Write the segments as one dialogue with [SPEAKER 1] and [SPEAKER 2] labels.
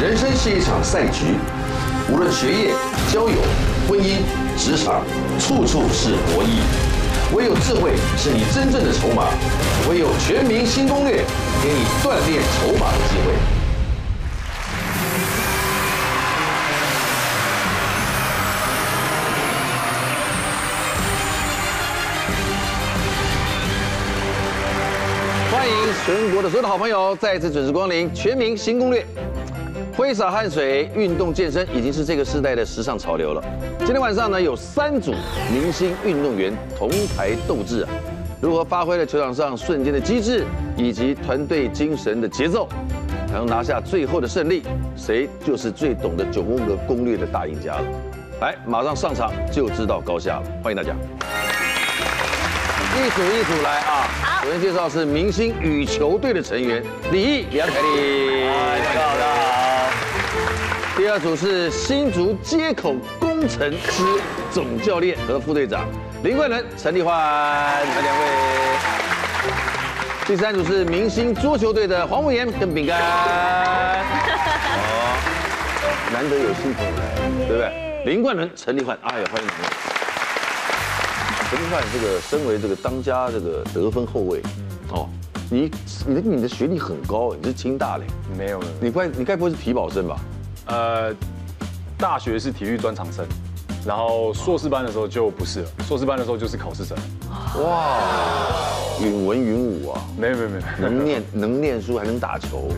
[SPEAKER 1] 人生是一场赛局，无论学业、交友、婚姻、职场，处处是博弈。唯有智慧是你真正的筹码，唯有全民新攻略，给你锻炼筹码的机会。欢迎全国的所有的好朋友再次准时光临《全民新攻略》。挥洒汗水、运动健身已经是这个时代的时尚潮流了。今天晚上呢，有三组明星运动员同台斗智啊，如何发挥了球场上瞬间的机智以及团队精神的节奏，然后拿下最后的胜利，谁就是最懂得九宫格攻略的大赢家了。来，马上上场就知道高下了。欢迎大家。一组一组来啊！好，首先介绍是明星羽球队的成员李毅、梁凯丽。大家好，大家好。第二组是新竹街口工程师总教练和副队长林冠伦、陈立焕，这两位。第三组是明星桌球队的黄文言跟饼干。好，哦难得有新朋友来，对不对？林冠伦、陈立焕，哎呀，欢迎你们。陈立焕这个身为这个当家这个得分后卫，哦，你你的你的学历很高，你是清大嘞，
[SPEAKER 2] 没有没有，
[SPEAKER 1] 你该你该不会是体保生吧？
[SPEAKER 2] 呃，大学是体育专长生，然后硕士班的时候就不是了，硕士班的时候就是考试生。
[SPEAKER 1] 允文允武啊，
[SPEAKER 2] 没有没有没有，
[SPEAKER 1] 能念能念书还能打球，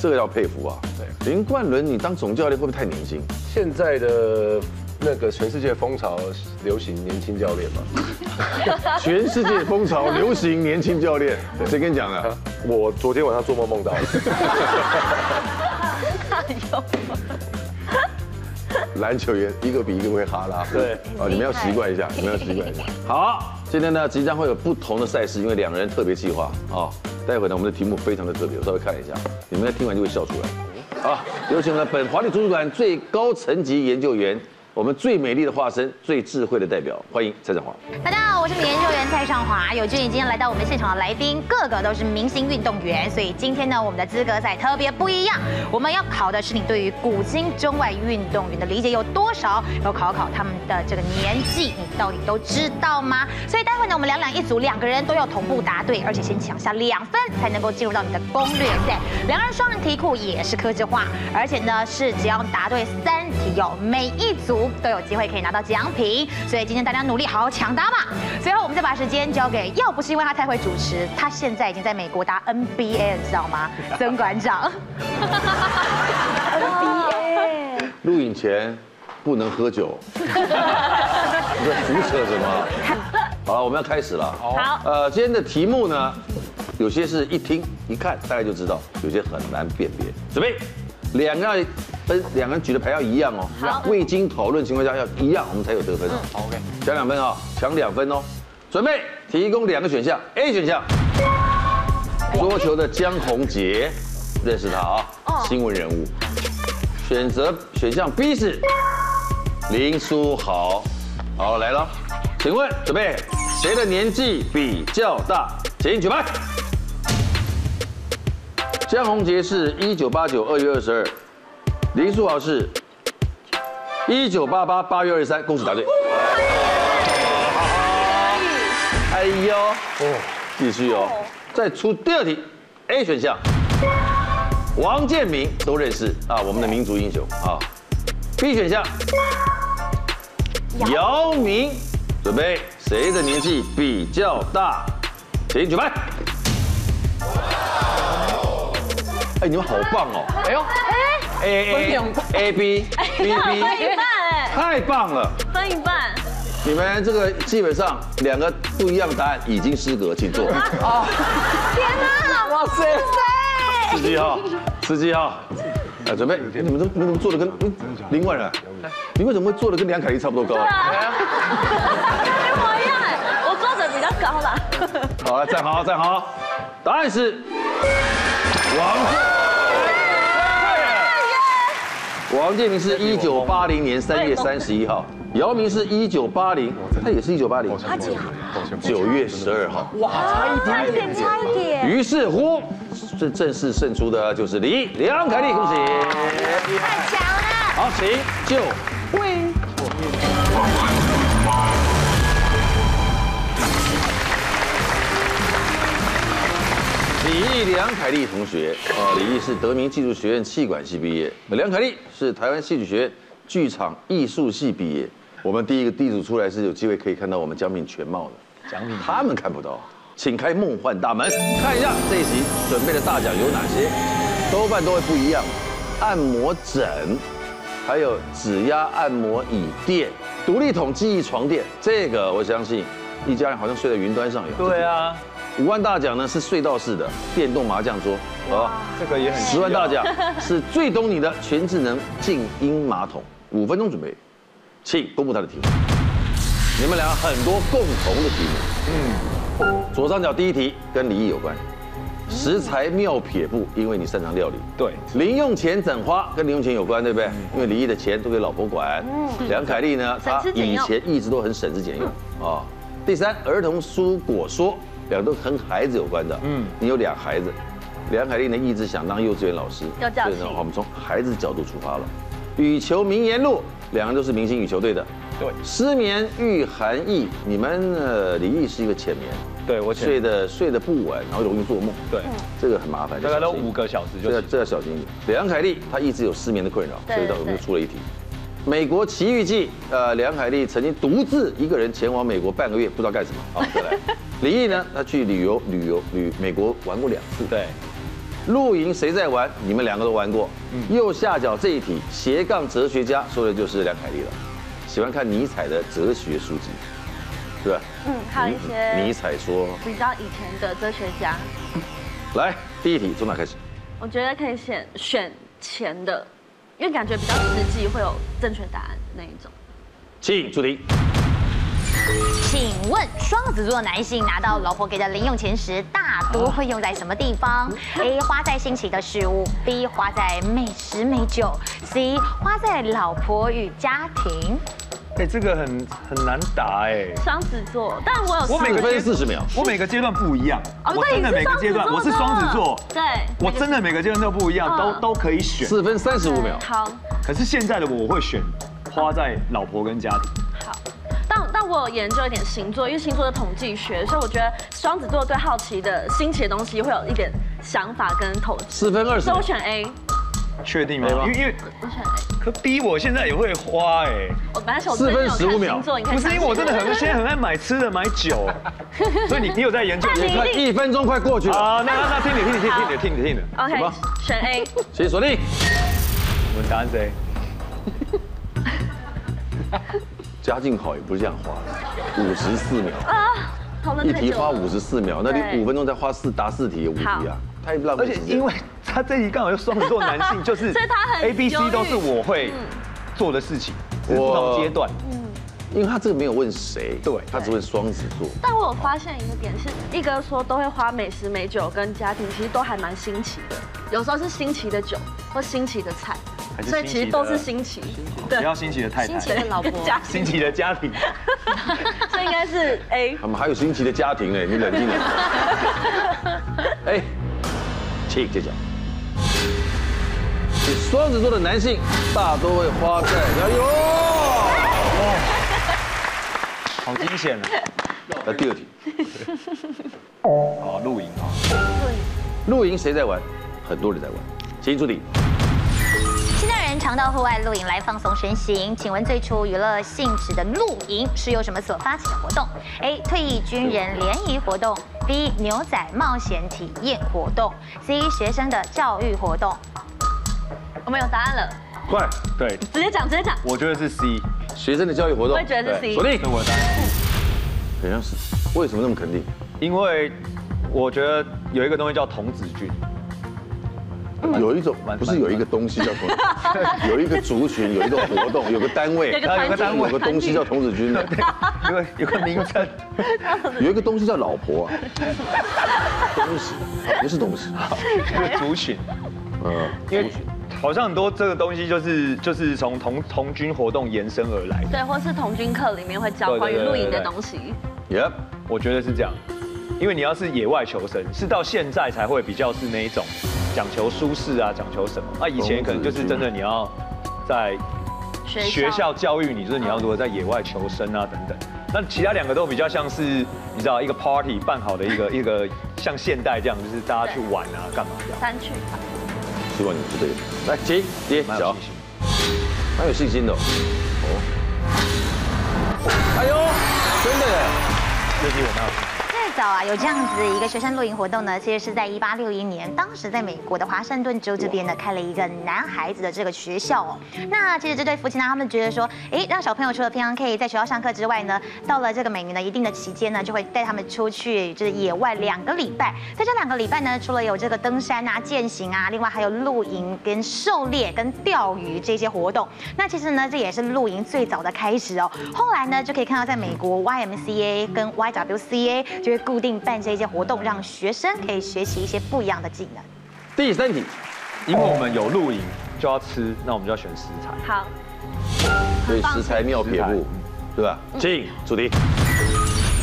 [SPEAKER 1] 这个要佩服啊。
[SPEAKER 3] 嗯对
[SPEAKER 1] 林冠伦，你当总教练会不会太年轻？
[SPEAKER 3] 现在的那个全世界风潮流行年轻教练嘛，
[SPEAKER 1] 全世界风潮流行年轻教 练，谁跟你讲啊
[SPEAKER 3] 啊
[SPEAKER 1] 的？
[SPEAKER 3] 我昨天晚上做梦梦到了，
[SPEAKER 1] 篮球员一个比一个会哈拉。
[SPEAKER 3] 对
[SPEAKER 1] 啊，你们要习惯一下，你们要习惯一下。好，今天呢即将会有不同的赛事，因为两人特别计划啊。待会呢我们的题目非常的特别，我稍微看一下，你们在听完就会笑出
[SPEAKER 3] 嗯
[SPEAKER 1] 来。好，有请我们本华丽图书馆最高层级研究员，我们最美丽的化身，最智慧的代表，欢迎蔡振华。
[SPEAKER 4] 大家好，我是你的研究员蔡尚华。有俊，你今天来到我们现场的来宾，个个都是明星运动员，所以今天呢，我们的资格赛特别不一样。我们要考的是你对于古今中外运动员的理解有多少，要考考他们的这个年纪，你到底都知道吗？所以待会呢，我们两两一组，两个人都要同步答对，而且先抢下两分才能够进入到你的攻略赛。两人双人题库也是科学化，而且呢是只要答对三题哦，每一组都有机会可以拿到奖品。所以今天大家努力好好抢答吧。随后我们再把时间交给，要不是因为他太会主持，他现在已经在美国打 NBA，你知道 吗？曾馆长。
[SPEAKER 1] 录影前不能喝酒，你在胡扯什么？好了，我们要开始了。
[SPEAKER 4] 好
[SPEAKER 1] 呃，今天的题目呢，有些是一听一看大概就知道，有些很难辨别。准备，两个要分，两个人举的牌要一样哦。
[SPEAKER 4] 好
[SPEAKER 1] 未经讨论情况下要一样，我们才有得分哦。
[SPEAKER 2] 好 OK，
[SPEAKER 1] 抢两分哦，抢两分哦。准备，提供两个选项。A 选项，桌球的江宏杰，认识他啊、新闻人物。选择选项 B 是林书豪。好，来了，请问准备谁的年纪比较大？请举牌。江宏杰是一九八九二月二十二，林书豪是一九八八八月二十三，恭喜答对。哎呦，哦，继续哦，再出第二题，A 选项，王建民都认识啊，我们的民族英雄啊。B 选项，姚明，准备谁的年纪比较大？请举牌。哎，你们好棒哦！哎呦，A A A B B B，太棒了！
[SPEAKER 5] 分一半，
[SPEAKER 1] 你们这个基本上两个不一样答案已经失格，请 坐。
[SPEAKER 5] 哦哇塞，
[SPEAKER 1] 司机号，司机号，啊，准备，你们都你们怎么坐的跟嗯林冠然，你为什么会坐的跟梁凯丽差不多高啊？
[SPEAKER 5] 一模一样哎，我坐着比较高啦。啊
[SPEAKER 1] 好，来站好，站好，答案是王建。王健民是一九八零年三月三十一号，姚明是一九八零，他也是一九八零，
[SPEAKER 5] 阿姐，
[SPEAKER 1] 九月十二号。
[SPEAKER 5] 差一点，差一点。
[SPEAKER 1] 于是乎，这正式胜出的就是李梁凯丽，恭喜！
[SPEAKER 4] 啊
[SPEAKER 1] 行就会。李毅梁凯丽同学啊，李毅是德明技术学院气管系毕业，梁凯丽是台湾戏剧学院剧场艺术系毕业。我们第一个地主出来是有机会可以看到我们奖品全貌的，奖品他们看不到，请开梦幻大门，看一下这一集准备的大奖有哪些，多半都会不一样，按摩枕，还有指压按摩椅垫、独立筒记忆床垫，这个我相信一家人好像睡在云端上有。
[SPEAKER 6] 对啊，
[SPEAKER 1] 五万大奖呢是隧道式的电动麻将桌，好吧？
[SPEAKER 6] 这个也很
[SPEAKER 1] 十万大奖是最懂你的全智能静音马桶，五分钟准备，请公布它的题目。你们俩很多共同的题目，嗯，左上角第一题跟离异有关，食材妙撇步，因为你擅长料理。
[SPEAKER 2] 对，
[SPEAKER 1] 零用钱怎花跟零用钱有关，对不对？因为离异的钱都给老婆管。梁凯丽呢，
[SPEAKER 5] 嗯省
[SPEAKER 1] 她
[SPEAKER 5] 吃俭
[SPEAKER 1] 以
[SPEAKER 5] 用嗯
[SPEAKER 1] 前一直都很省吃俭用啊。第三，儿童蔬果说，两个都跟孩子有关的。嗯，你有俩孩子，梁凯丽呢一直想当幼稚园老师，
[SPEAKER 5] 要教
[SPEAKER 1] 所以呢，我们从孩子角度出发了。羽球名言录，两个人都是明星羽球队的。
[SPEAKER 6] 对
[SPEAKER 1] 失眠遇寒意，你们呃，李毅是一个浅眠，
[SPEAKER 6] 对我
[SPEAKER 1] 睡
[SPEAKER 6] 去，
[SPEAKER 1] 的睡得不稳，然后容易做梦，
[SPEAKER 6] 对，
[SPEAKER 1] 这个很麻烦。
[SPEAKER 6] 大概
[SPEAKER 1] 要
[SPEAKER 6] 都
[SPEAKER 1] 小心
[SPEAKER 6] 五个小时就
[SPEAKER 1] 这要
[SPEAKER 6] 是。
[SPEAKER 1] 这要小心一点。梁凯丽她一直有失眠的困扰，
[SPEAKER 5] 对
[SPEAKER 1] 所以到我
[SPEAKER 5] 对
[SPEAKER 1] 们就出了一题。美国奇遇记，呃，梁凯丽曾经独自一个人前往美国半个月，不知道干什么。好，再来。李毅呢，他去旅游旅游旅美国玩过两次。
[SPEAKER 6] 对，
[SPEAKER 1] 露营谁在玩？你们两个都玩过。右下角这一题，斜杠哲学家说的就是梁凯丽了，喜欢看尼采的哲学书籍，对吧？
[SPEAKER 5] 嗯，还有一
[SPEAKER 1] 尼
[SPEAKER 5] 些
[SPEAKER 1] 采说，
[SPEAKER 5] 比较以前的哲学家，
[SPEAKER 1] 来第一题从哪开始？
[SPEAKER 5] 我觉得可以选选钱的，因为感觉比较实际，会有正确答案的那一种。
[SPEAKER 1] 请出题。
[SPEAKER 4] 请问双子座男性拿到老婆给的零用钱时，大多会用在什么地方？A. 花在新奇的事物；B. 花在美食美酒；C. 花在老婆与家庭。
[SPEAKER 6] 哎，这个很很难答哎。
[SPEAKER 5] 双子座，但我有
[SPEAKER 6] 我每
[SPEAKER 1] 四
[SPEAKER 6] 个
[SPEAKER 1] 分
[SPEAKER 6] 阶
[SPEAKER 1] 四十秒。
[SPEAKER 6] 我每个阶段不一样，
[SPEAKER 5] 哦
[SPEAKER 6] 我
[SPEAKER 5] 对
[SPEAKER 6] 真的
[SPEAKER 5] 你是
[SPEAKER 6] 每个阶段，我
[SPEAKER 5] 双子
[SPEAKER 6] 是
[SPEAKER 5] 座的
[SPEAKER 6] 双子座，
[SPEAKER 5] 对
[SPEAKER 6] 我真的每个阶段都不一样，
[SPEAKER 5] 嗯
[SPEAKER 6] 都都可以选。
[SPEAKER 1] 四分三十五秒。
[SPEAKER 5] 好
[SPEAKER 6] 可是现在的我，我会选花在老婆跟家庭。
[SPEAKER 5] 好，但但我有研究一点星座，因为星座的统计学，所以我觉得双子座对好奇的新奇的东西会有一点想法跟投资，
[SPEAKER 1] 四分二十
[SPEAKER 5] 所以我选 A，
[SPEAKER 6] 确定吗？
[SPEAKER 1] 对
[SPEAKER 6] 因
[SPEAKER 1] 吧
[SPEAKER 6] 为因为
[SPEAKER 5] 我选 A，
[SPEAKER 6] 可逼我现在也会花哎，
[SPEAKER 5] 我本来想我
[SPEAKER 1] 四分
[SPEAKER 5] 真的有看
[SPEAKER 1] 15秒
[SPEAKER 5] 星座，你看
[SPEAKER 6] 不是因为我真的很现在很爱买吃的买 酒，所以你你有在研究？
[SPEAKER 1] 你看一分钟快过去了，
[SPEAKER 6] 啊，那那那听你听你听你听你听你，
[SPEAKER 1] 什
[SPEAKER 5] OK
[SPEAKER 1] 么
[SPEAKER 5] 选 A，
[SPEAKER 1] 请锁定。
[SPEAKER 6] 我们答案谁？
[SPEAKER 1] 家境好也不是这样花的，五十四秒，
[SPEAKER 5] 讨论
[SPEAKER 1] 一
[SPEAKER 5] 啊太
[SPEAKER 1] 题
[SPEAKER 5] 久
[SPEAKER 1] 花
[SPEAKER 5] 了，
[SPEAKER 1] 五十四秒，那你
[SPEAKER 5] 对
[SPEAKER 1] 五分钟再花四答四题也无敌啊
[SPEAKER 5] 好，
[SPEAKER 1] 太浪费
[SPEAKER 6] 而且
[SPEAKER 1] 时间
[SPEAKER 6] 因
[SPEAKER 1] 了。
[SPEAKER 6] 为他这一刚好又双子座男性，就是
[SPEAKER 5] 所以他很
[SPEAKER 6] A B C
[SPEAKER 5] 忧郁
[SPEAKER 6] 都是我会做的事情，只是不
[SPEAKER 1] 我
[SPEAKER 6] 同阶段。
[SPEAKER 1] 因为他这个没有问谁，
[SPEAKER 6] 对
[SPEAKER 1] 他只问双子座。
[SPEAKER 5] 但我有发现一个点是，一哥说都会花美食美酒跟家庭，其实都还蛮新奇的，有时候是新奇的酒或新奇的菜，
[SPEAKER 6] 还是
[SPEAKER 5] 所以其实
[SPEAKER 6] 新奇的
[SPEAKER 5] 都是新奇，
[SPEAKER 6] 不要新奇的太
[SPEAKER 7] 新
[SPEAKER 6] 太，
[SPEAKER 7] 奇的老婆，
[SPEAKER 5] 家
[SPEAKER 6] 新 奇的家 庭，
[SPEAKER 5] 所以应该是哎 A。
[SPEAKER 1] 他们还有新奇的家庭呢，你冷 静点。啊哎，请揭晓。你双子座的男性大多会花在，哎呦，
[SPEAKER 6] 好惊险 啊！
[SPEAKER 1] 那第二题，
[SPEAKER 6] 好，露营啊，
[SPEAKER 1] 露营谁在玩？很多人在玩，请出题。
[SPEAKER 4] 现代人常到户外露营来放松身心，请问最初娱乐性质的露营是由什么所发起的活动？A. 退役军人联谊活动；B. 牛仔冒险体验活动；C. 学生的教育活动。
[SPEAKER 5] 我们有答案了，
[SPEAKER 6] 快，对，
[SPEAKER 5] 直接讲，直接讲。
[SPEAKER 6] 我觉得是 C，
[SPEAKER 1] 学生的教育活动，
[SPEAKER 5] 我也觉得是
[SPEAKER 1] 对
[SPEAKER 5] C
[SPEAKER 1] 锁定
[SPEAKER 6] 是。我的答案，
[SPEAKER 1] 好像是，为什么那么肯定？
[SPEAKER 6] 因为我觉得有一个东西叫童子军，
[SPEAKER 1] 有一种
[SPEAKER 6] 蛮
[SPEAKER 1] 不是有一个东西叫童子，有一个族群，有一个活动，有个单位，
[SPEAKER 5] 有个
[SPEAKER 6] 然后有个
[SPEAKER 5] 团
[SPEAKER 6] 单
[SPEAKER 5] 体
[SPEAKER 6] 位
[SPEAKER 1] 有个东西叫童子军的，
[SPEAKER 6] 有个有个名称，
[SPEAKER 1] 有一个东西叫老婆啊，东西啊不是东西，
[SPEAKER 6] 有个族群，
[SPEAKER 1] 呃，
[SPEAKER 6] 因为好像很多这个东西就是就是从童童军活动延伸而来的，
[SPEAKER 5] 对，或是童军课里面会教
[SPEAKER 6] 对对
[SPEAKER 5] 关于
[SPEAKER 6] 对
[SPEAKER 5] 露
[SPEAKER 6] 对
[SPEAKER 5] 营的
[SPEAKER 6] 对
[SPEAKER 5] 东西。
[SPEAKER 1] yep，
[SPEAKER 6] 我觉得是这样，因为你要是野外求生，是到现在才会比较是啊那一种讲求舒适啊，讲求什么，那以前可能就是真的你要在
[SPEAKER 5] 学
[SPEAKER 6] 学校教育你，就是你要如何在野外求生啊等等。那其他两个都比较像是你知道一个 party 办好的一个一个像现代这样，就是大家去玩啊干嘛这样。
[SPEAKER 5] 三去吧。
[SPEAKER 1] 希望你们是对的。来，起起
[SPEAKER 6] 蛮有
[SPEAKER 1] 脚
[SPEAKER 6] 信，心。
[SPEAKER 1] 蛮有信心的哦。哦，哎呦，真的耶！
[SPEAKER 6] 这题我蛮有信心
[SPEAKER 4] 最早啊，有这样子一个学生露营活动呢，其实是在一八六一年，当时在美国的华盛顿州这边呢，开了一个男孩子的这个学校哦。那其实这对夫妻呢，他们觉得说，诶，让小朋友除了平常可以在学校上课之外呢，到了这个每年的一定的期间呢，就会带他们出去就是野外两个礼拜。在这两个礼拜呢，除了有这个登山啊、践行啊，另外还有露营、跟狩猎、跟钓鱼这些活动。那其实呢，这也是露营最早的开始哦。后来呢，就可以看到在美国 YMCA 跟 YWCA 就会固定办这些活动，让学生可以学习一些不一样的技能。
[SPEAKER 1] 第三题，
[SPEAKER 6] 因为我们有露营就要吃，那我们就要选食材。
[SPEAKER 5] 好，
[SPEAKER 1] 对食材妙撇
[SPEAKER 6] 食材
[SPEAKER 1] 步，对吧？请主题。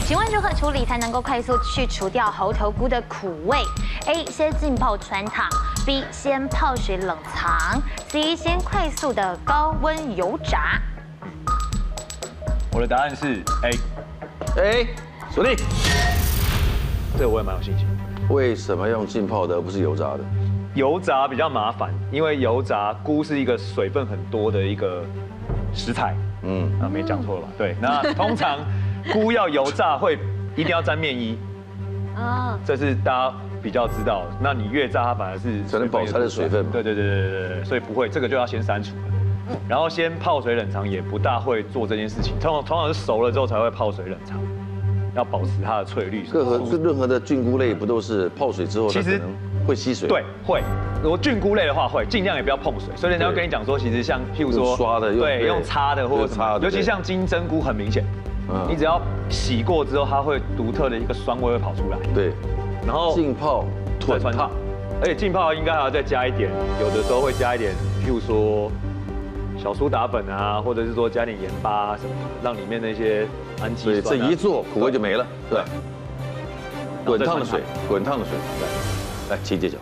[SPEAKER 4] 请问如何处理才能够快速去除掉猴头菇的苦味？A. 先浸泡穿烫；B. 先泡水冷藏；C. 先快速的高温油炸。
[SPEAKER 6] 我的答案是 A，
[SPEAKER 1] 哎，主题，
[SPEAKER 6] 这个我也蛮有信心。
[SPEAKER 1] 为什么要用浸泡的而不是油炸的？
[SPEAKER 6] 油炸比较麻烦，因为油炸菇是一个水分很多的一个食材。
[SPEAKER 1] 嗯
[SPEAKER 6] 嗯，啊，没讲错吧？对，那通常 菇要油炸会一定要沾面衣，
[SPEAKER 5] 嗯，
[SPEAKER 6] 这是大家比较知道。那你越炸它反而是
[SPEAKER 1] 才能保持它的水分嘛
[SPEAKER 6] 对对对对对对对，所以不会，这个就要先删除了。然后先泡水冷藏也不大会做这件事情，通常通常是熟了之后才会泡水冷藏，要保持它的翠绿。
[SPEAKER 1] 任何任何的菌菇类不都是泡水之后，它
[SPEAKER 6] 其
[SPEAKER 1] 可
[SPEAKER 6] 实
[SPEAKER 1] 能会吸水？
[SPEAKER 6] 对，，会。如果菌菇类的话，会尽量也不要碰水。所以人家会跟你讲说，其实像譬如
[SPEAKER 1] 用
[SPEAKER 6] 说
[SPEAKER 1] 刷的用
[SPEAKER 6] 对，
[SPEAKER 1] 对
[SPEAKER 6] 用擦的或者
[SPEAKER 1] 用
[SPEAKER 6] 什
[SPEAKER 1] 擦
[SPEAKER 6] 么
[SPEAKER 1] 的，
[SPEAKER 6] 尤其
[SPEAKER 1] 对
[SPEAKER 6] 像金针菇很明显
[SPEAKER 1] 嗯，
[SPEAKER 6] 你只要洗过之后，它会独特的一个酸味会跑出来。
[SPEAKER 1] 对，
[SPEAKER 6] 然后
[SPEAKER 1] 浸泡、
[SPEAKER 6] 再
[SPEAKER 1] 吞
[SPEAKER 6] 穿
[SPEAKER 1] 泡
[SPEAKER 6] 烫，，而且浸泡应该还要再加一点，有的时候会加一点，譬如说小苏打粉啊，或者是说加点盐巴啊什么的，让里面那些氨
[SPEAKER 1] 所
[SPEAKER 6] 基
[SPEAKER 1] 以这
[SPEAKER 6] 酸啊
[SPEAKER 1] 一做苦味就没了，对吧。滚烫的水
[SPEAKER 6] 然后再穿，
[SPEAKER 1] 滚烫的水，来，来，请揭晓。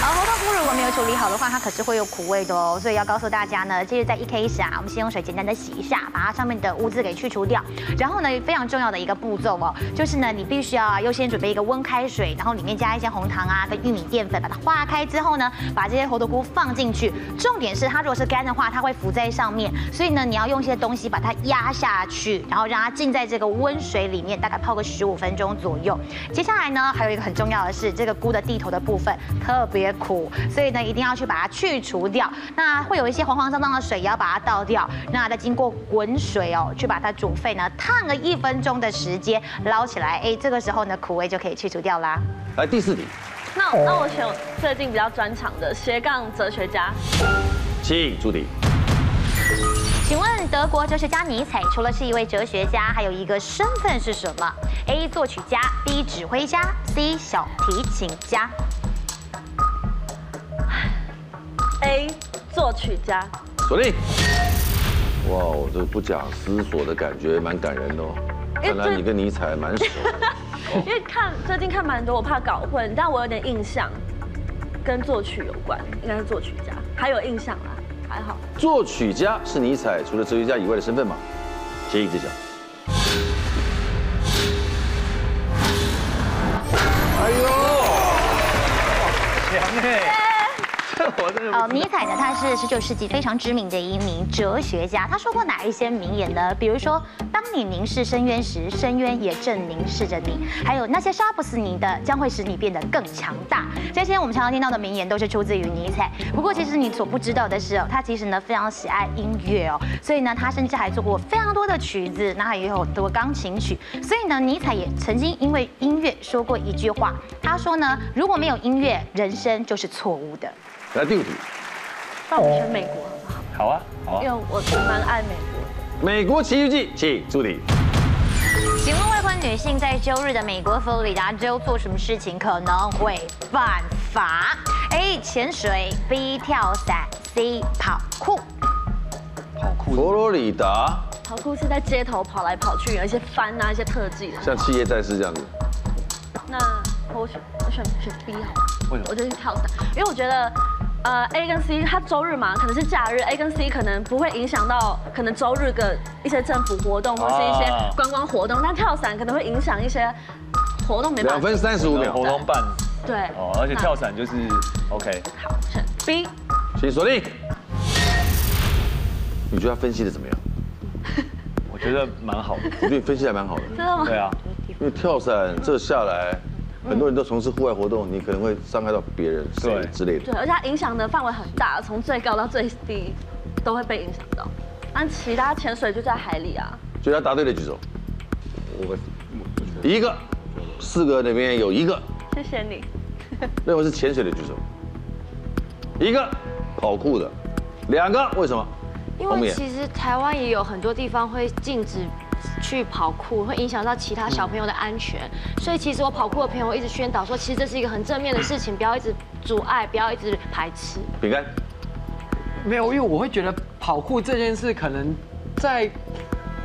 [SPEAKER 4] 而猴头菇如果没有处理好的话，它可是会有苦味的哦。所以要告诉大家呢，其实，在一开始啊，我们先用水简单的洗一下，把它上面的污渍给去除掉。然后呢，非常重要的一个步骤哦，就是呢，你必须要啊优先准备一个温开水，然后里面加一些红糖啊跟玉米淀粉，把它化开之后呢，把这些猴头菇放进去。重点是它如果是干的话，它会浮在上面，所以呢，你要用一些东西把它压下去，然后让它浸在这个温水里面，大概泡个十五分钟左右。接下来呢，还有一个很重要的是，这个菇的地头的部分特别苦，所以呢，一定要去把它去除掉。那会有一些黄黄脏脏的水，也要把它倒掉。那再经过滚水哦，去把它煮沸呢，烫个一分钟的时间，捞起来，哎，这个时候呢，苦味就可以去除掉啦。
[SPEAKER 1] 来，第四题，
[SPEAKER 5] 那那我选最近比较专长的斜杠哲学家。
[SPEAKER 1] 请朱迪。
[SPEAKER 4] 请问德国哲学家尼采除了是一位哲学家，还有一个身份是什么？A. 作曲家，B. 指挥家，C. 小提琴家。
[SPEAKER 5] A 作曲家，
[SPEAKER 1] 锁定。哇，我这不假思索的感觉蛮感人的哦。
[SPEAKER 5] 哎
[SPEAKER 1] 看来你跟尼采蛮熟的。
[SPEAKER 5] 因为看最近看蛮多，我怕搞混，但我有点印象，跟作曲有关，应该是作曲家，还有印象啦，还好。
[SPEAKER 1] 作曲家是尼采除了哲学家以外的身份吗？请一直讲。
[SPEAKER 6] 强哎， 这我真的不知道
[SPEAKER 4] 哦，尼采呢，他是十九世纪非常知名的一名哲学家。他说过哪一些名言呢？比如说，当你凝视深渊时，深渊也正凝视着你；还有那些杀不死你的，将会使你变得更强大。这些我们常常听到的名言都是出自于尼采。不过，其实你所不知道的是哦，他其实呢非常喜爱音乐哦，所以呢，他甚至还做过非常多的曲子，那也有很多钢琴曲。所以呢，尼采也曾经因为音乐说过一句话，他说呢，如果没有音乐，人生就是错误的。
[SPEAKER 1] 来第五题，
[SPEAKER 5] 那我选美国好
[SPEAKER 6] 好
[SPEAKER 5] 不好？
[SPEAKER 6] 啊，好啊
[SPEAKER 5] 因。为我蛮爱美国的。
[SPEAKER 1] 《美国奇遇记》，请朱迪。
[SPEAKER 4] 请问未婚女性在周日的美国佛罗里达州做什么事情可能会犯法？A. 潜水，B. 跳伞，C. 跑酷。
[SPEAKER 6] 跑酷
[SPEAKER 1] 佛罗里达
[SPEAKER 5] 跑酷是在街头跑来跑去，有一些翻啊，一些特技的。
[SPEAKER 1] 像企业战士这样子，
[SPEAKER 5] 那我选我选选 B 好了，
[SPEAKER 6] 为什么
[SPEAKER 5] 我就去跳伞，因为我觉得。呃，A 跟 C，它周日嘛，可能是假日，A 跟 C 可能不会影响到可能周日的一些政府活动或是一些
[SPEAKER 6] 啊
[SPEAKER 5] 观光活动，但跳伞可能会影响一些活动没办法。
[SPEAKER 1] 两分三十五秒
[SPEAKER 6] 活，动办
[SPEAKER 5] 对
[SPEAKER 6] 哦，而且跳伞就是 OK。
[SPEAKER 5] 好选 B，
[SPEAKER 1] 请锁定。你觉得他分析的怎么样？
[SPEAKER 6] 我觉得蛮好的，
[SPEAKER 1] 我觉得你分析得还蛮好的，
[SPEAKER 5] 真的吗？
[SPEAKER 6] 对啊，
[SPEAKER 1] 因为跳伞这下来，很多人都从事户外活动，你可能会伤害到别人谁
[SPEAKER 6] 对
[SPEAKER 1] 之类的。
[SPEAKER 5] 对，而且它影响的范围很大，从最高到最低都会被影响到。但其他潜水就在海里啊，
[SPEAKER 1] 所以他答对了举手，
[SPEAKER 3] 我
[SPEAKER 1] 一个，四个里面有一个
[SPEAKER 5] 谢谢你。
[SPEAKER 1] 认为是潜水的举手，一个跑酷的，两个为什么？
[SPEAKER 7] 因
[SPEAKER 1] 红
[SPEAKER 7] 为
[SPEAKER 1] 眼
[SPEAKER 7] 其实台湾也有很多地方会禁止去跑酷，会影响到其他小朋友的安全。所以其实我跑酷的朋友一直宣导说，其实这是一个很正面的事情，不要一直阻碍，不要一直排斥。
[SPEAKER 1] 饼干，
[SPEAKER 8] 没有，因为我会觉得跑酷这件事可能在。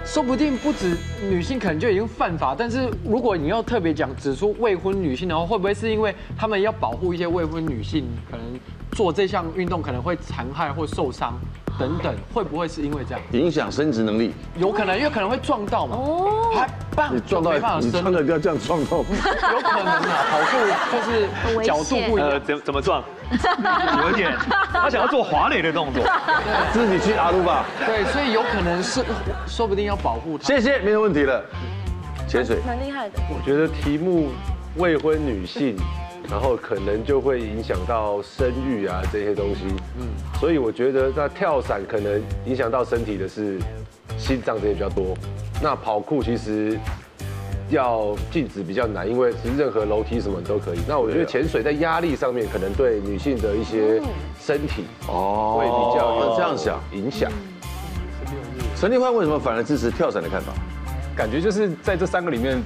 [SPEAKER 8] 说不定不止女性可能就已经犯法，但是如果你要特别讲指出未婚女性的话，会不会是因为他们要保护一些未婚女性，可能做这项运动可能会残害或受伤等等，会不会是因为这样？
[SPEAKER 1] 影响生殖能力。
[SPEAKER 8] 有可能，因为可能会撞到嘛，还棒，
[SPEAKER 1] 你撞到
[SPEAKER 8] 没办法，
[SPEAKER 1] 你
[SPEAKER 8] 生，
[SPEAKER 1] 撞到不要这样撞到。
[SPEAKER 8] 有可能啊，跑酷就是角度不一
[SPEAKER 6] 呃，
[SPEAKER 8] 样，
[SPEAKER 6] 怎怎么撞？有一点，他想要做滑垒的动作。
[SPEAKER 1] 自己去阿鲁巴。
[SPEAKER 8] 对，所以有可能是说不定要保护她。
[SPEAKER 1] 谢谢，没有问题了。潜水，
[SPEAKER 5] 蛮厉害的，
[SPEAKER 3] 我觉得题目未婚女性，然后可能就会影响到生育啊这些东西。嗯，所以我觉得那跳伞可能影响到身体的是心脏这些比较多。那跑酷其实要禁止比较难，因为其实任何楼梯什么都可以。那我觉得潜水在压力上面可能对女性的一些身体
[SPEAKER 1] 哦
[SPEAKER 3] 会比较有
[SPEAKER 1] 这样想。
[SPEAKER 3] 影响。
[SPEAKER 1] 陈立焕为什么反而支持跳伞的看法？
[SPEAKER 2] 感觉就是在这三个里面，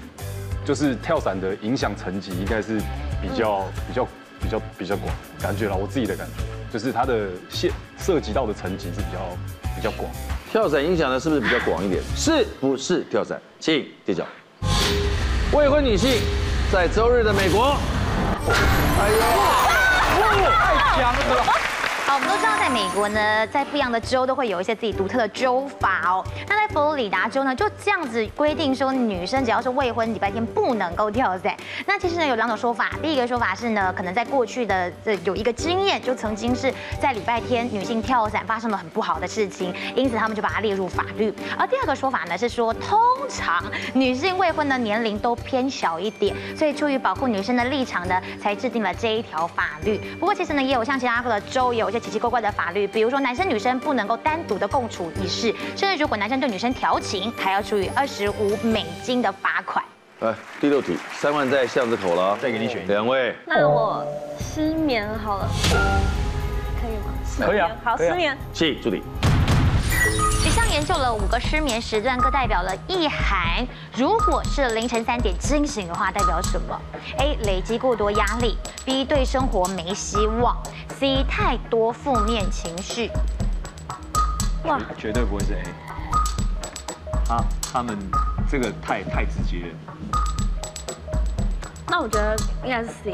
[SPEAKER 2] 就是跳伞的影响层级应该是比较
[SPEAKER 3] 嗯
[SPEAKER 2] 比较比较比较广，感觉啦，我自己的感觉，就是它的涉涉及到的层级是比较比较广。
[SPEAKER 1] 跳伞影响的是不是比较广一点？是不是跳伞？请揭晓。未婚女性在周日的美国，
[SPEAKER 4] 好，我们都知道，在美国呢，在不一样的州都会有一些自己独特的州法哦。那在佛罗里达州呢，就这样子规定说，女生只要是未婚，礼拜天不能够跳伞。那其实呢，有两种说法。第一个说法是呢，可能在过去的这有一个经验，就曾经是在礼拜天女性跳伞发生了很不好的事情，因此他们就把它列入法律。而第二个说法呢是说，通常女性未婚的年龄都偏小一点，所以出于保护女生的立场呢，才制定了这一条法律。不过其实呢，也有像其他的州也有一些奇奇怪怪的法律，比如说男生女生不能够单独的共处一室，甚至如果男生对女生调情，还要处以二十五美金的罚款。
[SPEAKER 1] 来哎第六题，三万在巷子口了啊，
[SPEAKER 6] 再给你选一个
[SPEAKER 1] 两位，
[SPEAKER 6] 哦
[SPEAKER 5] 那我失眠好了，可以吗？失
[SPEAKER 6] 可以啊
[SPEAKER 5] 眠好，
[SPEAKER 6] 可以啊
[SPEAKER 5] 失眠。
[SPEAKER 1] 请助理。
[SPEAKER 4] 一项研究了五个失眠时段，各代表了意涵。如果是凌晨三点惊醒的话，代表什么？A. 累积过多压力；B. 对生活没希望；C. 太多负面情绪。
[SPEAKER 5] 哇，
[SPEAKER 6] 绝对不会是 A。他他们这个太太直接了，
[SPEAKER 5] 那我觉得应该是 C，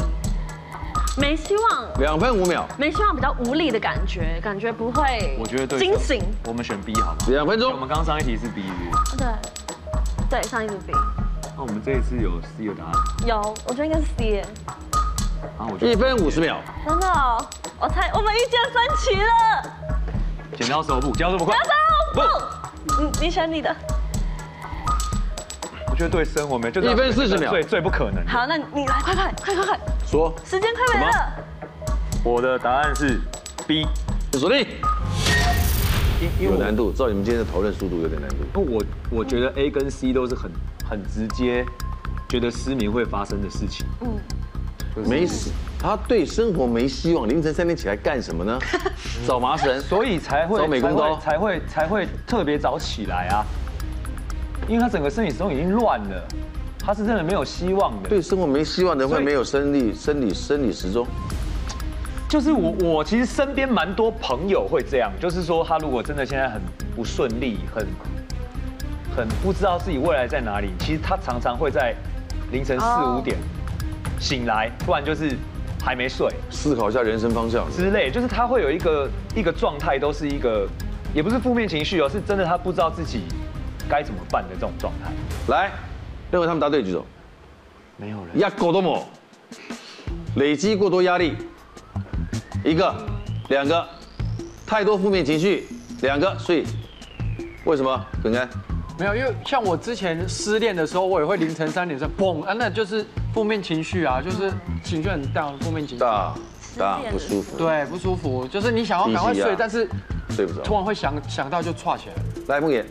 [SPEAKER 5] 没希望，
[SPEAKER 1] 两分五秒，
[SPEAKER 5] 没希望比较无力的感觉，感觉不会，
[SPEAKER 6] 我觉得对
[SPEAKER 5] 惊醒，
[SPEAKER 6] 我们选 B 好吗？
[SPEAKER 1] 两分
[SPEAKER 6] 我
[SPEAKER 1] 钟
[SPEAKER 6] 们。刚刚上一题是 B，是不是
[SPEAKER 5] 对，对，上一组 B
[SPEAKER 6] 那我们这一次有 C 的答案，
[SPEAKER 5] 有，我觉得应该是 C，耶
[SPEAKER 6] 然后我就
[SPEAKER 1] 一分五十秒，
[SPEAKER 5] 真的哦，我猜我们意见分歧了，
[SPEAKER 6] 剪刀石头布，剪刀这么快
[SPEAKER 5] 大？家不，嗯你你选你的，
[SPEAKER 6] 我觉得对生活没有，就是
[SPEAKER 1] 一分四十秒
[SPEAKER 6] 最最不可能的。
[SPEAKER 5] 好，那你来，快快快快快，
[SPEAKER 1] 说，
[SPEAKER 5] 时间快没了。
[SPEAKER 6] 我的答案是 B，
[SPEAKER 1] 请锁定。
[SPEAKER 6] 因因
[SPEAKER 1] 有
[SPEAKER 6] 为我
[SPEAKER 1] 难度，照你们今天的讨论速度有点难度。
[SPEAKER 6] 因为我我觉得 A 跟 C 都是很很直接，觉得失明会发生的事情。
[SPEAKER 1] 没死，他对生活没希望，凌晨三点起来干什 么呢？找麻绳。
[SPEAKER 6] 所以才会
[SPEAKER 1] 找美工刀
[SPEAKER 6] 才会才会才会特别早起来啊，因为他整个身体时钟已经乱了，他是真的没有希望的。
[SPEAKER 1] 对，生活没希望的人
[SPEAKER 6] 所
[SPEAKER 1] 会
[SPEAKER 6] 以
[SPEAKER 1] 没有生理、生理、生理时钟。
[SPEAKER 6] 就是我我其实身边蛮多朋友会这样，就是说他如果真的现在很不顺利，很很不知道自己未来在哪里，其实他常常会在凌晨四
[SPEAKER 5] 哦
[SPEAKER 6] 五点醒来，不然就是还没睡
[SPEAKER 1] 思考一下人生方向。
[SPEAKER 6] 之类，就是他会有一个一个状态，都是一个也不是负面情绪哦，是真的他不知道自己该怎么办的这种状态。
[SPEAKER 1] 来，认为他们答对举手。
[SPEAKER 6] 没有人
[SPEAKER 1] 压狗都没，累积过多压力，一个，两个，太多负面情绪，两个，所以为什么？滚开！
[SPEAKER 8] 没有，因为像我之前失恋的时候，我也会凌晨三点睡，砰啊，那就是负面情绪啊，就是情绪很大，负面情绪，
[SPEAKER 1] 大大不舒服，
[SPEAKER 8] 对，不舒服，就是你想要赶快
[SPEAKER 1] 低气
[SPEAKER 8] 睡
[SPEAKER 1] 压，
[SPEAKER 8] 但是
[SPEAKER 1] 睡不
[SPEAKER 8] 突
[SPEAKER 1] 着。
[SPEAKER 8] 然会想想到就岔起来了。
[SPEAKER 1] 来，梦野，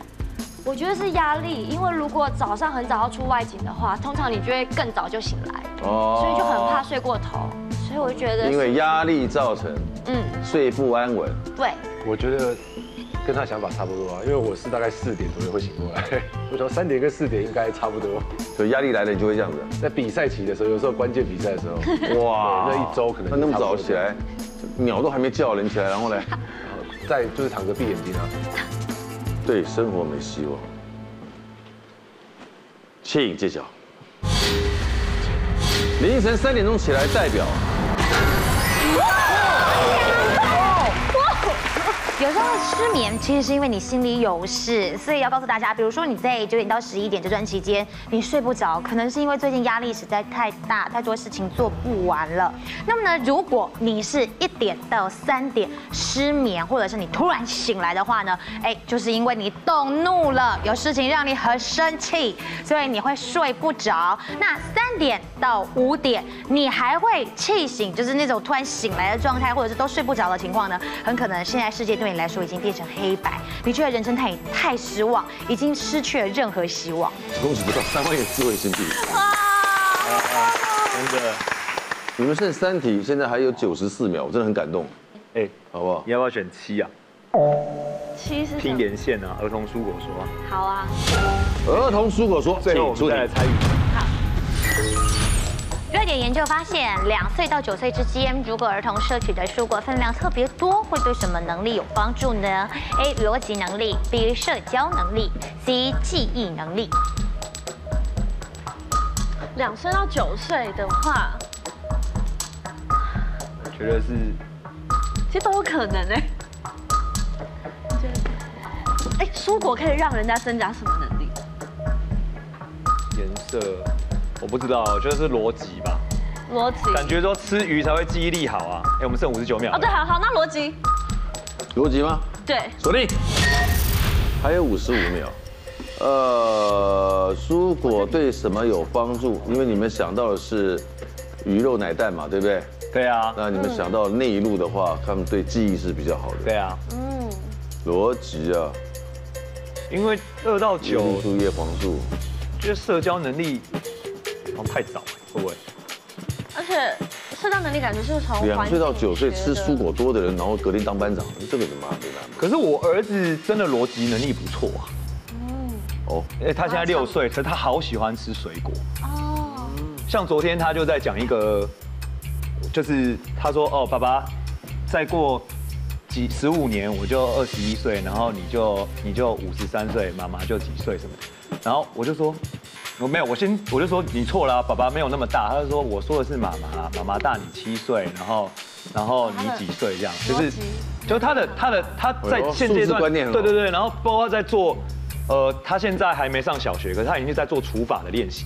[SPEAKER 7] 我觉得是压力，因为如果早上很早要出外景的话，通常你就会更早就醒来，
[SPEAKER 1] 哦
[SPEAKER 7] 所以就很怕睡过头，所以我就觉得是
[SPEAKER 1] 因为压力造成
[SPEAKER 7] 嗯
[SPEAKER 1] 睡不安稳，
[SPEAKER 7] 对，
[SPEAKER 3] 我觉得跟他想法差不多啊，因为我是大概四点左右会醒过来， 我想三点跟四点应该差不多。
[SPEAKER 1] 所以压力来了你就会这样子。
[SPEAKER 3] 在比赛期的时候，有时候关键比赛的时 候，
[SPEAKER 1] 哇
[SPEAKER 3] 对那一周可能
[SPEAKER 1] 那那么早起来，鸟都还没叫了，你起来，然后嘞，
[SPEAKER 3] 再就是躺着闭眼睛啊，
[SPEAKER 1] 对生活没希望。请揭晓。凌晨三点钟起来，代表
[SPEAKER 4] 有时候失眠其实是因为你心里有事，所以要告诉大家，比如说你在九点到十一点这段期间你睡不着，可能是因为最近压力实在太大，太多事情做不完了。那么呢，如果你是一点到三点失眠，或者是你突然醒来的话呢，哎，就是因为你动怒了，有事情让你很生气，所以你会睡不着。那三点到五点，你还会气醒，就是那种突然醒来的状态，或者是都睡不着的情况呢，很可能现在世界对你来说已经变成黑白，你觉得人生太太失望，已经失去了任何希望。
[SPEAKER 1] 恭喜得到三万元智慧新币。
[SPEAKER 6] 真的，
[SPEAKER 1] 你们剩三题，现在还有九十四秒，我真的很感动，
[SPEAKER 6] 哎，
[SPEAKER 1] 好不好
[SPEAKER 6] 你？要不要选七啊？
[SPEAKER 5] 七是什
[SPEAKER 6] 拼
[SPEAKER 5] 么
[SPEAKER 6] 连线啊，儿童蔬果说啊，
[SPEAKER 5] 好啊，
[SPEAKER 1] 儿童蔬果说，
[SPEAKER 6] 最后我
[SPEAKER 1] 请
[SPEAKER 6] 们再来
[SPEAKER 1] 出
[SPEAKER 6] 猜疑。
[SPEAKER 4] 瑞典研究发现，两岁到九岁之间，如果儿童摄取的蔬果分量特别多，会对什么能力有帮助呢？A. 逻辑能力，B. 社交能力，C. 记忆能力。
[SPEAKER 5] 两岁到九岁的话，
[SPEAKER 6] 我觉得是
[SPEAKER 5] 其实都有可能哎。哎，蔬果可以让人家增加什么能力？
[SPEAKER 6] 颜色，我不知道，我觉得是逻辑吧。
[SPEAKER 5] 逻辑。
[SPEAKER 6] 感觉说吃鱼才会记忆力好啊。哎，我们剩五十九秒了。
[SPEAKER 5] 哦，对，好好，那逻辑，
[SPEAKER 1] 逻辑吗？
[SPEAKER 5] 对，
[SPEAKER 1] 锁定，还有五十五秒。呃，蔬果对什么有帮助？因为你们想到的是鱼肉奶蛋嘛，对不对？
[SPEAKER 6] 对啊，
[SPEAKER 1] 那你们想到内陆的话，他们对记忆是比较好的。
[SPEAKER 6] 对啊，
[SPEAKER 1] 逻辑啊，
[SPEAKER 6] 因为二到九
[SPEAKER 1] 九，树叶黄素，
[SPEAKER 6] 就是社交能力好像太早了，会不会？
[SPEAKER 5] 而且社交能力感觉是从
[SPEAKER 1] 两
[SPEAKER 5] 环
[SPEAKER 1] 岁
[SPEAKER 5] 境
[SPEAKER 1] 到九岁
[SPEAKER 5] 学
[SPEAKER 1] 吃
[SPEAKER 5] 的
[SPEAKER 1] 蔬果多的人，然后隔天当班长，这个怎么没办法？
[SPEAKER 6] 可是我儿子真的逻辑能力不错啊。
[SPEAKER 1] 哦，
[SPEAKER 6] 哎，他现在六岁，可是他好喜欢吃水果。哦。像昨天他就在讲一个，就是他说哦，爸爸，再过几十五年我就二十一岁，然后你就你就五十三岁，妈妈就几岁什么的。然后我就说。我没有，我先我就说你错了啊、爸爸没有那么大。他就说我说的是妈妈，妈妈大你七岁，然后然后你几岁这样，就是就是他的他的他在现阶
[SPEAKER 1] 数字
[SPEAKER 6] 段
[SPEAKER 1] 观念很好
[SPEAKER 6] 对对对，然后包括在做，呃，他现在还没上小学，可是他已经在做除法的练习。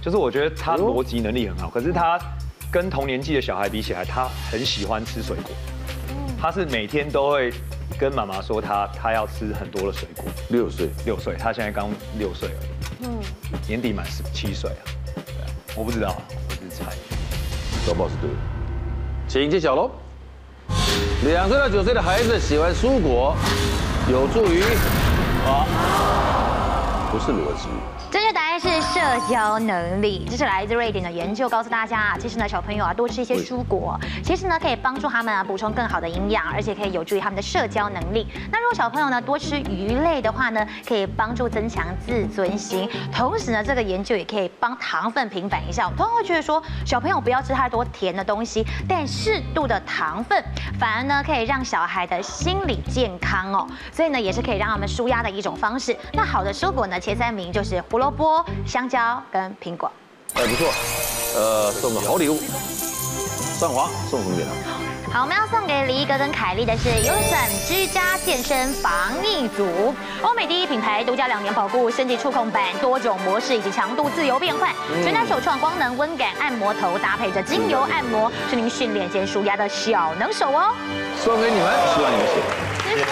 [SPEAKER 6] 就是我觉得他逻辑能力很好，可是他跟同年纪的小孩比起来，他很喜欢吃水果。他是每天都会跟妈妈说他他要吃很多的水果。
[SPEAKER 1] 六岁，
[SPEAKER 6] 六岁，他现在刚六岁而已。嗯，年底满十七岁啊。对啊，我不知道啊，我只是猜。
[SPEAKER 1] 搞不好是对的。请揭晓喽。两岁到九岁的孩子喜欢蔬果，有助于啊，不是逻辑，
[SPEAKER 4] 正确答案是社交能力，这是来自瑞典的研究告诉大家啊，其实呢，小朋友啊多吃一些蔬果，其实呢可以帮助他们啊补充更好的营养，而且可以有助于他们的社交能力。那如果小朋友呢多吃鱼类的话呢，可以帮助增强自尊心，同时呢，这个研究也可以帮糖分平反一下。我通常会觉得说，小朋友不要吃太多甜的东西，但适度的糖分反而呢可以让小孩的心理健康哦，所以呢也是可以让他们舒压的一种方式。那好的蔬果呢，前三名就是胡萝卜、香蕉跟苹果。
[SPEAKER 1] 哎，不错，呃，送个好礼物，上华送什啊么给他？
[SPEAKER 4] 好，我们要送给李一哥跟凯莉的是 Usen 居家健身防疫组，欧美第一品牌独家两年保固，升级触控板，多种模式以及强度自由变换，全台首创光能温感按摩头，搭配着精油按摩，是您训练兼舒压的小能手哦。
[SPEAKER 1] 送给你们，哎希望你们喜欢。
[SPEAKER 4] 谢谢。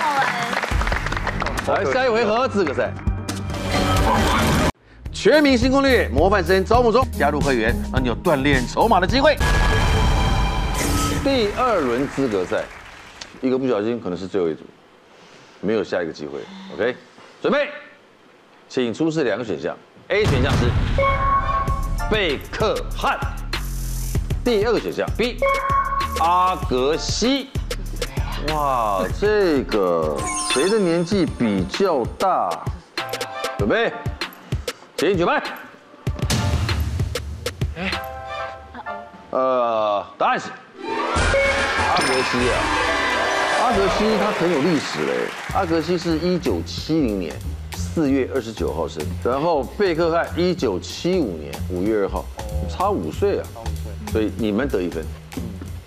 [SPEAKER 4] 那我们
[SPEAKER 1] 来，下一回合资格赛。全民新攻略模范生招募中，加入会员让你有锻炼筹码的机会。第二轮资格赛，一个不小心可能是最后一组，没有下一个机会。OK，准备，请出示两个选项。A 选项是贝克汉，第二个选项 B 阿格西。哇，这个谁的年纪比较大？准备，请举牌。呃，答案是阿格西啊，阿格西他很有历史嘞。阿格西是一九七零年四月二十九号生，然后贝克汉一九七五年五月二号，差五岁啊，所以你们得一分。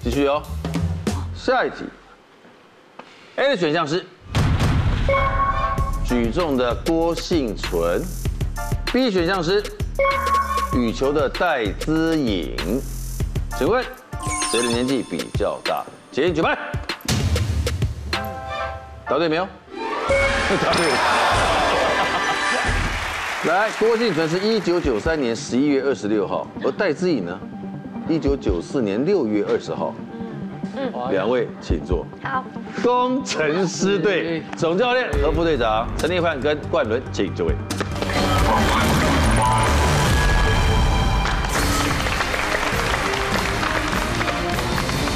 [SPEAKER 1] 继续哦，下一题。A 的选项是举重的郭幸存，B 选项是羽球的戴资颖。请问谁的年纪比较大？请举牌。答对没有？答对了。来，郭幸存是一九九三年十一月二十六号，而戴资颖呢，一九九四年六月二十号。两位请坐。
[SPEAKER 7] 好，
[SPEAKER 1] 工程师队总教练和副队长陈立焕跟冠伦，请就位。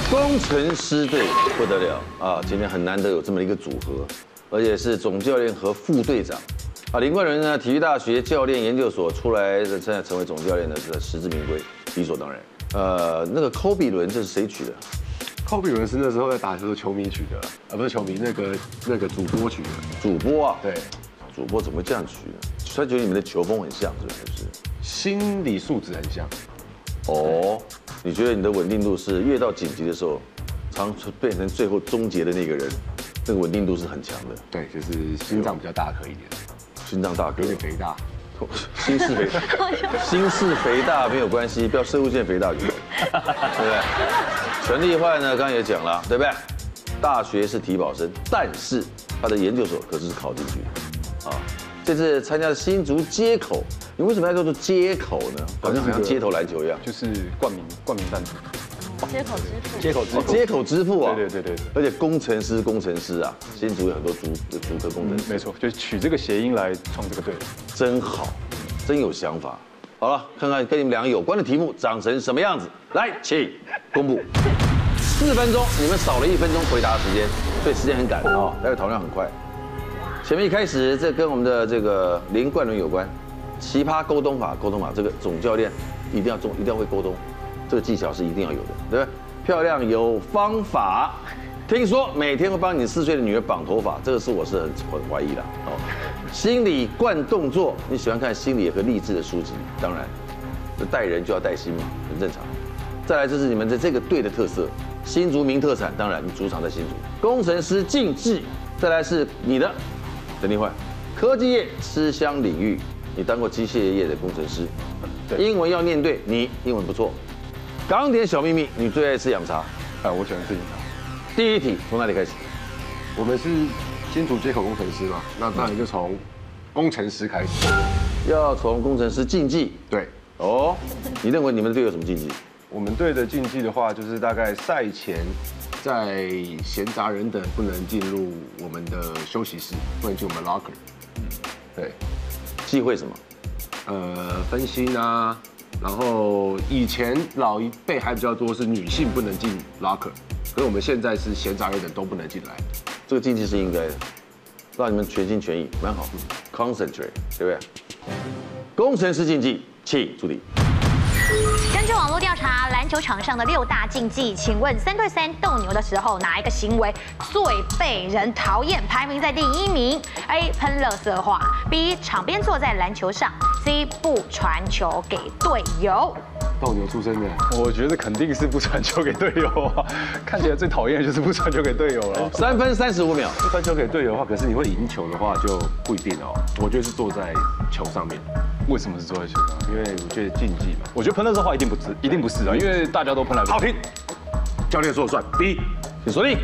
[SPEAKER 1] 工程师队不得了啊！今天很难得有这么一个组合，而且是总教练和副队长。啊，林冠伦呢，体育大学教练研究所出来的，现在成为总教练的，这实至名归，理所当然。呃，那个科比伦这是谁取的？
[SPEAKER 3] 科比伦是那时候在打球的球迷曲的，啊，不是球迷，那个那个主播曲的，
[SPEAKER 1] 主播啊，
[SPEAKER 3] 对，
[SPEAKER 1] 主播怎么会这样取呢？他觉得你们的球风很像，是不是？
[SPEAKER 3] 心理素质很像。
[SPEAKER 1] 哦，你觉得你的稳定度是越到紧急的时候，常变成最后终结的那个人，那个稳定度是很强的，
[SPEAKER 3] 对，就是心脏比较大颗一点，
[SPEAKER 1] 心脏大哥
[SPEAKER 3] 有，点肥大。
[SPEAKER 1] 心室肥，心室肥大没有关系，不要射物线肥大就可 以，对不对？陈立焕呢，刚刚也讲了，对不对？大学是体保生，但是他的研究所可是考进去的啊。这次参加新竹街口，你为什么要叫做街口呢？好像很像街头篮球一样。
[SPEAKER 2] 就是冠名冠名赞助。
[SPEAKER 5] 接口支付。
[SPEAKER 6] 接口支
[SPEAKER 1] 哦，
[SPEAKER 6] 付。
[SPEAKER 1] 接口支付啊！
[SPEAKER 2] 对对对对对
[SPEAKER 1] 而且工程师，工程师啊，新竹有很多竹竹科工程师，
[SPEAKER 2] 没错，就是取这个谐音来创这个队。
[SPEAKER 1] 真好，真有想法。好了，看看跟你们两个有关的题目长成什么样子。来，请公布。四分钟，你们少了一分钟回答时间，所以时间很赶啊，待会讨论很快。前面一开始，这跟我们的这个林冠伦有关，奇葩沟通法，沟通法，这个总教练一定要中，一定要会沟通，这个技巧是一定要有的，对不对？漂亮有方法，听说每天会帮你四岁的女儿绑头发，这个是我是很很怀疑的哦。心理惯动作，你喜欢看心理和励志的书籍，当然，这带人就要带心嘛，很正常。再来就是你们的这个队的特色，新竹名特产，当然主场在新竹。工程师竞技，再来是你的陈立焕，科技业吃香领域，你当过机械业的工程师，
[SPEAKER 2] 对
[SPEAKER 1] 英文要念对，你英文不错。港点小秘密，你最爱吃洋茶。
[SPEAKER 3] 呃
[SPEAKER 2] 哎，我喜欢吃饮料。
[SPEAKER 1] 第一题从哪里开始？
[SPEAKER 3] 我们是新竹接口工程师嘛，那当然就从工程师开始。
[SPEAKER 1] 要从工程师竞技
[SPEAKER 3] 对，
[SPEAKER 1] 哦。你认为你们队有什么竞技？
[SPEAKER 3] 我们队的禁忌的话，就是大概赛前，在闲杂人等不能进入我们的休息室，不能进我们 locker。对，
[SPEAKER 1] 忌讳什么？
[SPEAKER 3] 呃，分心啊，然后以前老一辈还比较多是女性不能进 locker，可是我们现在是闲杂人等都不能进来。
[SPEAKER 1] 这个竞技是应该的，让你们全心全意，蛮好。Concentrate，对不对？工程师竞技，请助理。
[SPEAKER 4] 根据网络调查，篮球场上的六大禁忌，请问三对三斗牛的时候，哪一个行为最被人讨厌？排名在第一名。A. 喷垃圾话，B. 场边坐在篮球上 C 不传球给队友。
[SPEAKER 8] 斗牛出身的，
[SPEAKER 2] 我觉得肯定是不传球给队友啊，看起来最讨厌的就是不传球给队友了。
[SPEAKER 1] 三分三十五秒，
[SPEAKER 3] 传球给队友的话，可是你会赢球的话就不一定哦。我觉得是坐在球上面，
[SPEAKER 2] 为什么是坐在球上？
[SPEAKER 3] 因为我觉得竞技嘛，嗯
[SPEAKER 2] 我觉得喷的这话一定不是，一定不是啊，因为大家都喷来喷去。
[SPEAKER 3] 停，教练说了算。第一，
[SPEAKER 1] 请锁 定。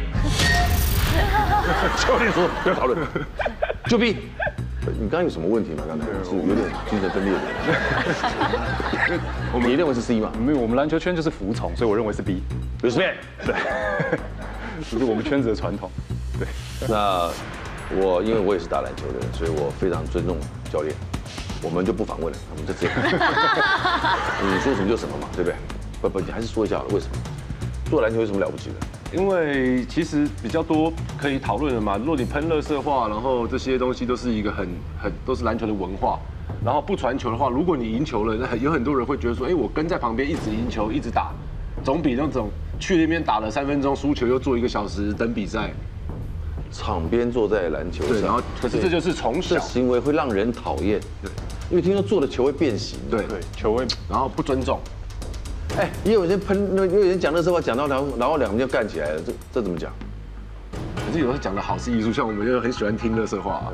[SPEAKER 3] 教练说不要讨论。
[SPEAKER 1] 就比你刚刚有什么问题吗？刚才是有点精神分裂 的。你认为是 C 吗
[SPEAKER 2] 没有，我们篮球圈就是服从，所以我认为是 B，
[SPEAKER 1] ？Respect。
[SPEAKER 2] 这是我们圈子的传统。对，
[SPEAKER 1] 那我因为我也是打篮球的人，所以我非常尊重教练。我们就不访问了，我们就这 样。你说什么就什么嘛，对不对？不不，你还是说一下好了，为什么做篮球有什么了不起的？
[SPEAKER 3] 因为其实比较多可以讨论的嘛。如果你喷热色话，然后这些东西都是一个很很都是篮球的文化。然后不传球的话，如果你赢球了，那很有很多人会觉得说，哎，我跟在旁边一直赢球，一直打，总比那种去那边打了三分钟输球又坐一个小时等比赛。
[SPEAKER 1] 场边坐在篮球
[SPEAKER 2] 啊
[SPEAKER 3] 对，然后
[SPEAKER 1] 上，
[SPEAKER 3] 可是这就是从
[SPEAKER 1] 这
[SPEAKER 3] 小
[SPEAKER 1] 行为会让人讨厌。对，因为听说做了球会变形。
[SPEAKER 3] 对，
[SPEAKER 2] 对，球会
[SPEAKER 3] 然后不尊重。
[SPEAKER 1] 哎，也有人喷，那也有人讲那时候讲到，然后然后两个人就干起来了，这这怎么 讲？
[SPEAKER 3] 可是有时候讲的好是艺术，像我们就很喜欢听乐色话、啊。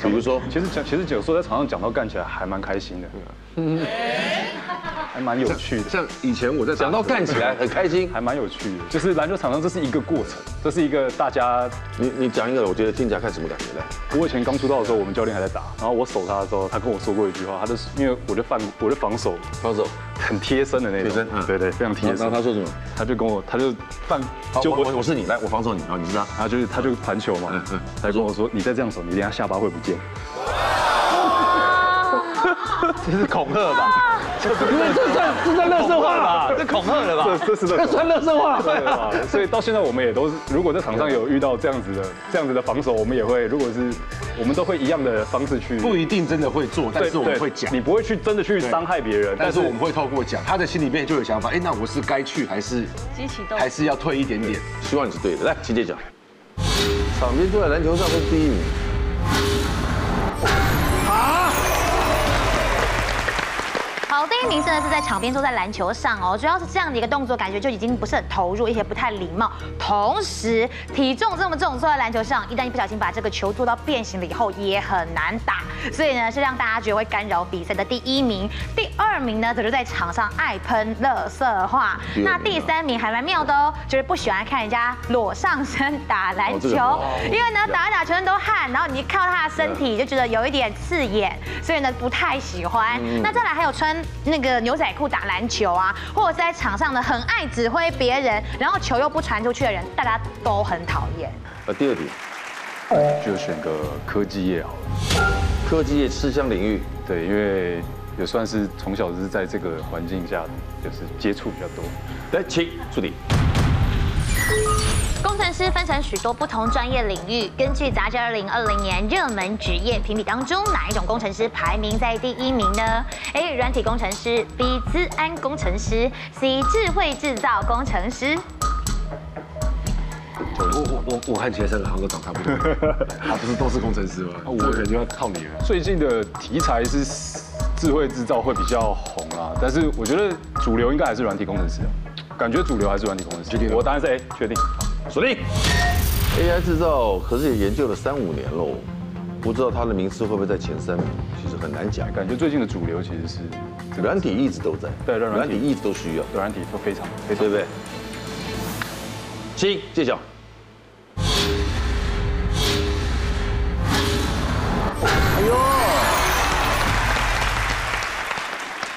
[SPEAKER 1] 比如说，
[SPEAKER 2] 其实讲，其实有时候在场上讲到干起来还蛮开心的，还蛮有趣的，
[SPEAKER 3] 像以前我在
[SPEAKER 1] 讲到干起来很开心。
[SPEAKER 2] 还蛮有趣的。就是篮球场上这是一个过程，这是一个大家。
[SPEAKER 1] 你你讲一个，我觉得听起来看什么感觉呢？
[SPEAKER 2] 我以前刚出道的时候，我们教练还在打，然后我守他的时候，他跟我说过一句话，他就是因为我的防我的防守
[SPEAKER 1] 高手，
[SPEAKER 2] 很贴身的嗯那种，
[SPEAKER 1] 贴身嗯
[SPEAKER 2] 对对，非常贴
[SPEAKER 1] 然后
[SPEAKER 2] 身。
[SPEAKER 1] 他说什么？
[SPEAKER 2] 他就跟我，他就犯
[SPEAKER 1] 就
[SPEAKER 2] 就
[SPEAKER 1] 我我我是你，来我防守你，然后你
[SPEAKER 3] 嗯
[SPEAKER 1] 是他。嗯
[SPEAKER 2] 然后就是他就盘球嘛，他就跟我说：“你再这样手，你等一下下巴会不见。”这是恐吓吧？
[SPEAKER 8] 这算这算乐色话吧？
[SPEAKER 6] 这恐吓了吧？
[SPEAKER 2] 这这是
[SPEAKER 8] 这算乐色话？
[SPEAKER 2] 所以到现在我们也都是，如果在场上有遇到这样子的这样子的防守，我们也会，如果是我们都会一样的方式去，
[SPEAKER 3] 不一定真的会做，但
[SPEAKER 2] 对
[SPEAKER 3] 是我们
[SPEAKER 2] 对
[SPEAKER 3] 会讲。
[SPEAKER 2] 你不会去真的去伤害别人，
[SPEAKER 3] 但是我们会透过讲，他的心里面就有想法，哎，那我是该去还是
[SPEAKER 5] 激起斗
[SPEAKER 3] 还是要退一点点？
[SPEAKER 1] 嗯希望你是对的。来，琪姐讲，场边坐在篮球上是第一名。
[SPEAKER 4] 好，第一名真的是在场边坐在篮球上哦，主要是这样的一个动作，感觉就已经不是很投入，而且不太礼貌。同时，体重这么重，坐在篮球上，一旦一不小心把这个球做到变形了以后，也很难打。所以呢，是让大家觉得会干扰比赛的第一名。第二名呢，则是在场上爱喷乐色话。
[SPEAKER 1] 第二名
[SPEAKER 4] 那
[SPEAKER 1] 啊
[SPEAKER 4] 第三名还蛮妙的哦，就是不喜欢看人家裸上身打篮
[SPEAKER 1] 哦这
[SPEAKER 4] 球，
[SPEAKER 1] 个好
[SPEAKER 4] 因为呢打一打全身都汗，然后你一看到他的身体就觉得有一点刺眼，所以呢不太喜欢。
[SPEAKER 1] 嗯
[SPEAKER 4] 那再来还有穿那个牛仔裤打篮球啊，或者是在场上呢很爱指挥别人，然后球又不传出去的人，大家都很讨厌。
[SPEAKER 1] 呃，第二题，
[SPEAKER 2] 就选个科技业好了。
[SPEAKER 1] 科技业吃香领域，
[SPEAKER 2] 对，因为也算是从小就是在这个环境下，就是接触比较多。
[SPEAKER 1] 来，请助理。
[SPEAKER 4] 工程师分成许多不同专业领域，根据杂志二零二零年热门职业评比当中，哪一种工程师排名在第一名呢？A. 软体工程师，B. 资安工程师，C. 智慧制造工程师。
[SPEAKER 3] 我我我我看学生好像都长差不多， 他不是都是工程师吗？啊我可能就要靠你了。
[SPEAKER 2] 最近的题材是智慧制造会比较红啦，但是我觉得主流应该还是软体工程师啊，感觉主流还是软体工程师。我答案是 A，确定。
[SPEAKER 1] 锁定。AI 制造可是也研究了三五年喽，不知道它的名次会不会在前三名，其实很难讲。
[SPEAKER 2] 感觉最近的主流其实是这个
[SPEAKER 1] 软体一直都在，
[SPEAKER 2] 对软体
[SPEAKER 1] 软体一直都需要，
[SPEAKER 2] 软体都非常非常
[SPEAKER 1] 对不对？请揭晓。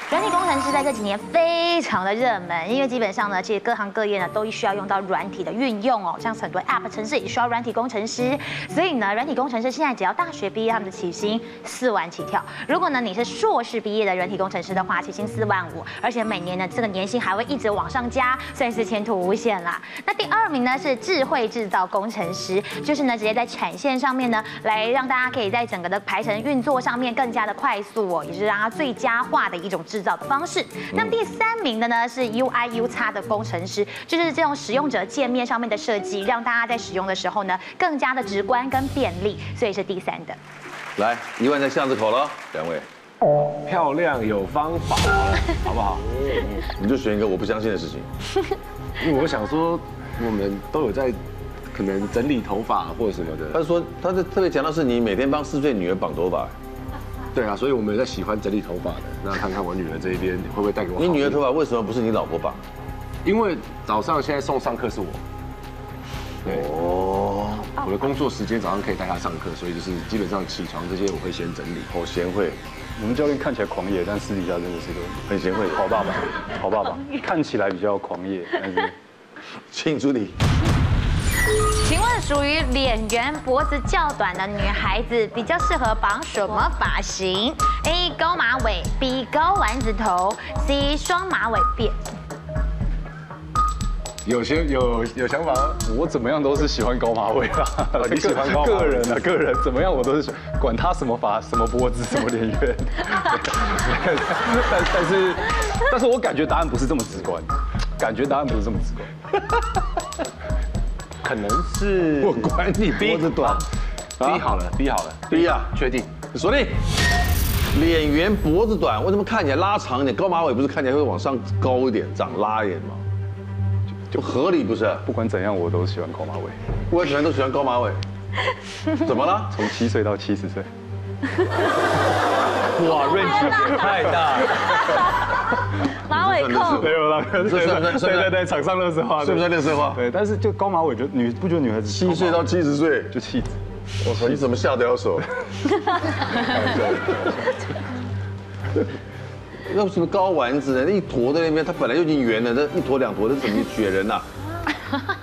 [SPEAKER 4] 软体工程师在这几年非常的热门，因为基本上呢，其实各行各业呢都需要用到软体的运用哦，像是很多 App 城市也需要软体工程师，所以呢，软体工程师现在只要大学毕业，他们的起薪四万起跳。如果呢你是硕士毕业的软体工程师的话，起薪四万五，而且每年呢这个年薪还会一直往上加，算是前途无限啦。那第二名呢是智慧制造工程师，就是呢直接在产线上面呢来让大家可以在整个的排程运作上面更加的快速哦，也是让它最佳化的一种制造的方式。那么第三名的呢是 UI U x 的工程师，就是这种使用者界面上面的设计，让大家在使用的时候呢更加的直观跟便利，所以是第三的。
[SPEAKER 1] 来，一万在巷子口了，两位。
[SPEAKER 3] 漂亮有方 法，好不好？
[SPEAKER 1] 你就选一个我不相信的事情。
[SPEAKER 3] 因为我想说，我们都有在可能整理头发或者什么的，
[SPEAKER 1] 他说，他的特别强调是你每天帮四岁女儿绑头发，
[SPEAKER 3] 对啊，所以我们有在喜欢整理头发的。那看看我女儿这一边会不会带给我？
[SPEAKER 1] 你女儿头，发为什么不是你老婆绑？
[SPEAKER 3] 因为早上现在送上课是我，对，
[SPEAKER 1] 哦，
[SPEAKER 3] 我的工作时间早上可以带她上课，所以就是基本上起床这些我会先整理。
[SPEAKER 1] 好贤惠，
[SPEAKER 2] 我们教练看起来狂野，但私底下真的是个
[SPEAKER 1] 很贤惠，
[SPEAKER 2] 好爸爸，好爸爸，看起来比较狂野，但是
[SPEAKER 1] 请助理。
[SPEAKER 4] 请问属于脸圆脖子较短的女孩子比较适合绑什么发型？A 高马尾，B 高丸子头，C 双马尾辫。
[SPEAKER 3] 有些有有想法吗？，
[SPEAKER 2] 我怎么样都是喜欢高马 尾啊
[SPEAKER 3] 你喜欢高马尾
[SPEAKER 2] 个人啊，个人怎么样我都是管他什么发什么脖子什么脸圆， 但但是但是我感觉答案不是这么直观，感觉答案不是这么直观，
[SPEAKER 3] 可能是
[SPEAKER 1] 我管你
[SPEAKER 3] 脖
[SPEAKER 1] 脖子
[SPEAKER 3] 子短
[SPEAKER 1] 短。
[SPEAKER 3] ，B 好了，B 好了，
[SPEAKER 1] B 啊，
[SPEAKER 3] 确定。
[SPEAKER 1] 锁定。脸圆脖子短，为什么看起来拉长一点？高马尾不是看起来会往上高一点，长拉一点吗？就合理不是？
[SPEAKER 2] 不管怎样我都喜欢高马尾，
[SPEAKER 1] 我喜欢都喜欢高马尾，怎么了？
[SPEAKER 2] 从七岁到七十岁，
[SPEAKER 6] 哇，range 太大了，
[SPEAKER 5] 马尾控
[SPEAKER 2] 没 有啦，对
[SPEAKER 1] 是
[SPEAKER 2] 对
[SPEAKER 1] 是是
[SPEAKER 2] 对对，场上乐色话，
[SPEAKER 1] 是不是乐色话
[SPEAKER 2] 对，但是就高马尾，就女不觉得女孩子
[SPEAKER 1] 七岁到七十岁，
[SPEAKER 2] 就气质，
[SPEAKER 1] 我操，你怎么下得了 手？那为什么高丸子呢？那一坨在那边，它本来就已经圆了，那一坨两坨，这怎么雪人呐、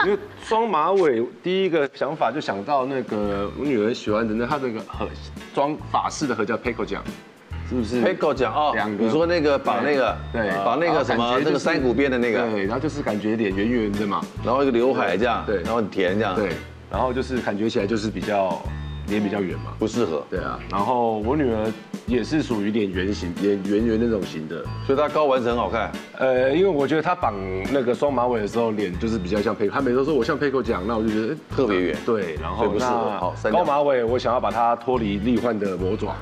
[SPEAKER 3] 因为双马尾，第一个想法就想到那个我女儿喜欢的那她那个和装法式的和叫 pickle 酱，是 不是
[SPEAKER 1] p i c k l 讲哦
[SPEAKER 3] 两，个
[SPEAKER 1] 你说那个绑那个，
[SPEAKER 3] 对，
[SPEAKER 1] 绑那
[SPEAKER 3] 啊然
[SPEAKER 1] 个
[SPEAKER 3] 后
[SPEAKER 1] 什么
[SPEAKER 3] 感觉
[SPEAKER 1] 那
[SPEAKER 3] 就
[SPEAKER 1] 个
[SPEAKER 3] 是
[SPEAKER 1] 山谷边的那个，
[SPEAKER 3] 对，然后就是感觉脸圆圆的嘛，
[SPEAKER 1] 然后一个刘海这样，
[SPEAKER 3] 对
[SPEAKER 1] 然后很甜这样，
[SPEAKER 3] 对，，然后就是感觉起来就是比较脸比较圆嘛，
[SPEAKER 1] 不适合，
[SPEAKER 3] 对啊，然后我女儿也是属于脸圆型，脸圆圆那种型的，
[SPEAKER 1] 所以它高丸子很好 看，
[SPEAKER 3] 呃，因为我觉得她绑那个双马尾的时候，脸就是比较像 Pico，她每次都说我像 Pico 讲，那我就觉得欸
[SPEAKER 1] 特别圆
[SPEAKER 3] 对，然
[SPEAKER 1] 所
[SPEAKER 3] 后
[SPEAKER 1] 以不适合
[SPEAKER 3] 那
[SPEAKER 1] 好删掉
[SPEAKER 3] 高马尾，我想要把它脱离立焕的魔 爪，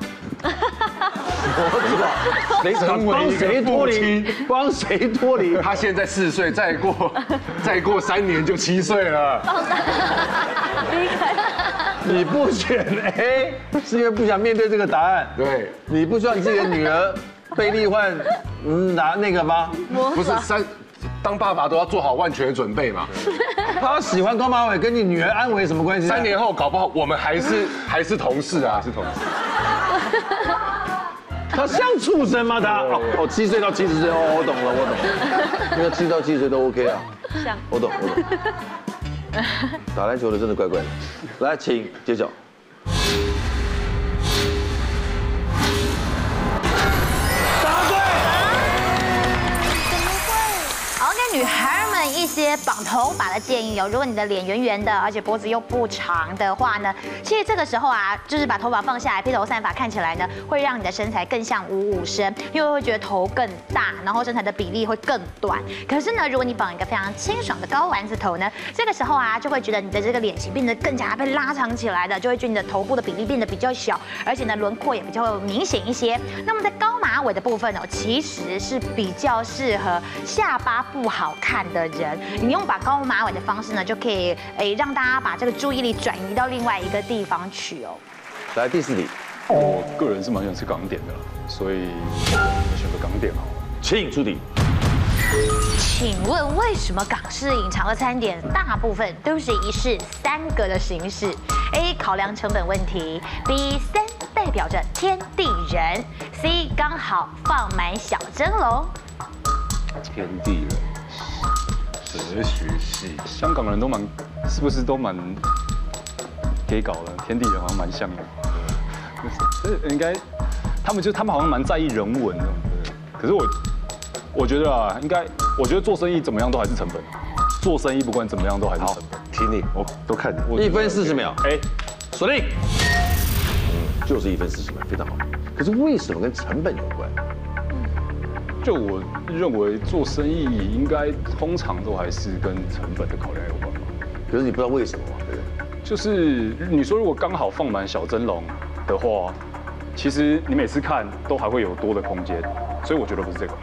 [SPEAKER 1] 谁帮谁脱离，帮谁脱离，
[SPEAKER 3] 她现在四岁，再过 再过三年就七岁了，
[SPEAKER 1] 你不选 A 是因为不想面对这个答案，
[SPEAKER 3] 对，
[SPEAKER 1] 你不希望你自己的女儿被力换嗯拿那个吗？
[SPEAKER 3] 不
[SPEAKER 5] 啊
[SPEAKER 3] 是三。当爸爸都要做好万全的准备嘛，
[SPEAKER 1] 她喜欢高马尾，跟你女儿安危什么关系？
[SPEAKER 3] 三，年后搞不好我们还是还是同事啊，是同事。
[SPEAKER 1] 她像畜生吗？她哦哦，七岁到七十岁 哦，我懂了，我懂了，因为七到七十岁都 OK 啊，
[SPEAKER 5] 像
[SPEAKER 1] 我懂，我懂。打篮球的真的怪怪的，来，请揭晓。
[SPEAKER 4] 好，给女孩们一些绑头发的建议哦。如果你的脸圆圆的，而且脖子又不长的话呢，其实这个时候啊，就是把头发放下来，披头散发，看起来呢，会让你的身材更像五五身，因为会觉得头更大，然后身材的比例会更短。可是呢，如果你绑一个非常清爽的高丸子头呢，这个时候啊，就会觉得你的这个脸型变得更加被拉长起来的，就会觉得你的头部的比例变得比较小，而且呢，轮廓也比较明显一些。那么在高马尾的部分哦，其实是比较适合下巴不好看的人，你用把高马尾的方式呢，就可以诶让大家把这个注意力转移到另外一个地方去哦。
[SPEAKER 1] 来第四题，
[SPEAKER 2] 我哦个人是蛮想吃港点的啦，所以我选个港点好了。
[SPEAKER 1] 请出题。
[SPEAKER 4] 请问为什么港式隐藏的餐点大部分都是一式三个的形式？A 考量成本问题，B 三代表着天地人，C 刚好放满小蒸笼。
[SPEAKER 3] 天地人，哲学系，
[SPEAKER 2] 香港人都蛮，是不是都蛮给搞的？天地人好像蛮像的，这应该他们就他们好像蛮在意人文的。对可是我我觉得啊，应该我觉得做生意怎么样都还是成本，做生意不管怎么样都还是成本。
[SPEAKER 3] 请你，我都看你。我
[SPEAKER 1] 一分四十秒，
[SPEAKER 2] 哎，
[SPEAKER 1] 锁定。嗯，就是一分四十秒，非常好。可是为什么跟成本有关？
[SPEAKER 2] 就我认为做生意应该通常都还是跟成本的考量有关吧。
[SPEAKER 1] 可是你不知道为什么嘛，对不对？
[SPEAKER 2] 就是你说如果刚好放满小蒸笼的话，其实你每次看都还会有多的空间，所以我觉得不是这个，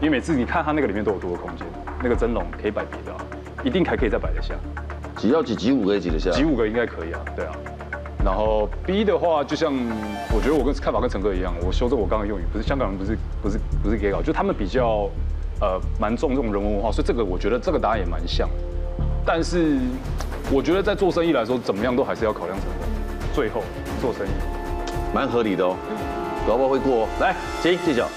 [SPEAKER 2] 因为每次你看它那个里面都有多的空间，那个蒸笼可以摆别的、啊，一定还可以再摆得下，
[SPEAKER 1] 挤要挤挤五个也挤得下。
[SPEAKER 2] 挤五个应该可以啊，对啊。然后 B 的话，就像我觉得我跟看法跟陈哥一样，我修正我刚刚的用语，不是香港人不是不是不是 gay 搞，就他们比较呃蛮重这种人文文化，所以这个我觉得这个答案也蛮像。但是我觉得在做生意来说，怎么样都还是要考量成本，最后做生意。
[SPEAKER 1] 蛮合理的哦，搞不好会过、哦。来，请揭晓。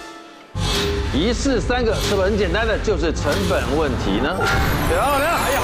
[SPEAKER 1] 一式三个是不是很简单的？就是成本问题呢。漂亮，哎呀，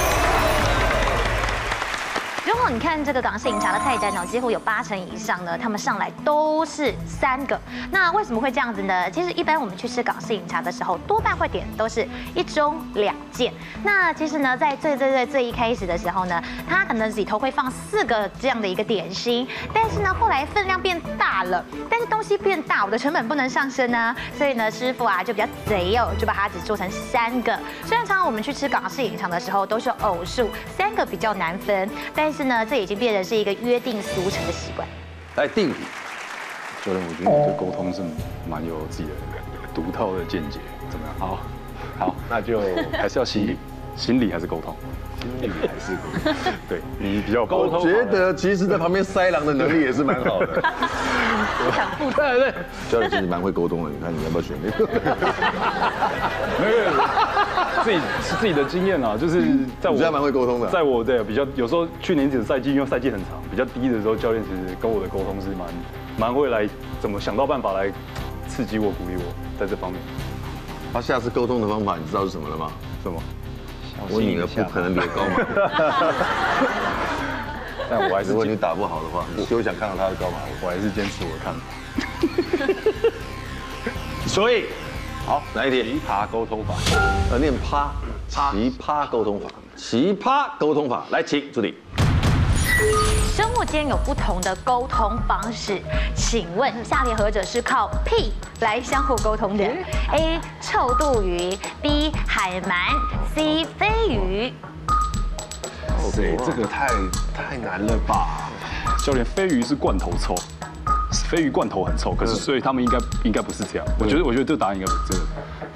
[SPEAKER 4] 如果你看这个港式饮茶的菜单呢，哦几乎有八成以上呢，他们上来都是三个。那为什么会这样子呢？其实一般我们去吃港式饮茶的时候，多半会点都是一盅两件。那其实呢，在最最最最一开始的时候呢，它可能里头会放四个这样的一个点心，但是呢，后来分量变大了，但是东西变大，我的成本不能上升啊，所以呢，师傅啊就比较贼哦，就把它只做成三个。虽然常常我们去吃港式饮茶的时候都是偶数，三个比较难分，但是呢，这已经变成是一个约定俗成的习惯。
[SPEAKER 1] 来定题，
[SPEAKER 2] 觉得我觉得你对沟通是蛮有自己的独到的见解，怎么样？好，好，
[SPEAKER 3] 那就
[SPEAKER 2] 还是要心理，心理还是沟通，心理还是沟通， 对你比较沟
[SPEAKER 1] 我
[SPEAKER 2] 通。
[SPEAKER 1] 觉得其实在旁边塞狼的能力也是蛮好的。对对，教练其实蛮会沟通的，你看你要不要选那个？
[SPEAKER 2] 没有，没有自己是自己的经验啊，就是
[SPEAKER 6] 嗯
[SPEAKER 2] 在我
[SPEAKER 1] 你这样蛮会沟通的
[SPEAKER 2] 在我对比较有时候去年底的赛季，因为赛季很长，比较低的时候，教练其实跟我的沟通是蛮蛮会来怎么想到办法来刺激我、鼓励我在这方面。
[SPEAKER 1] 他下次沟通的方法你知道是什么了吗？
[SPEAKER 2] 什么？
[SPEAKER 1] 我女儿不可能比我高 嘛，
[SPEAKER 2] 但我还是
[SPEAKER 1] 如果
[SPEAKER 2] 坚
[SPEAKER 1] 你打不好的话，你休想看到她的高嘛。
[SPEAKER 2] 我还是坚持我的看法。
[SPEAKER 1] 所以，好，来一题。
[SPEAKER 2] 爬沟通法，
[SPEAKER 1] 呃，念趴，奇葩沟通法，奇葩沟通法，来，请助理。
[SPEAKER 4] 生物间有不同的沟通方式，请问下列何者是靠屁来相互沟通的？A. 臭肚鱼，B. 海鳗，C. 飞鱼。
[SPEAKER 3] 谁这个太太难了吧？
[SPEAKER 2] 教练，飞鱼是罐头臭，飞鱼罐头很臭，可是所以他们应该应该不是这样。我觉得我觉得这答案应该不是这个。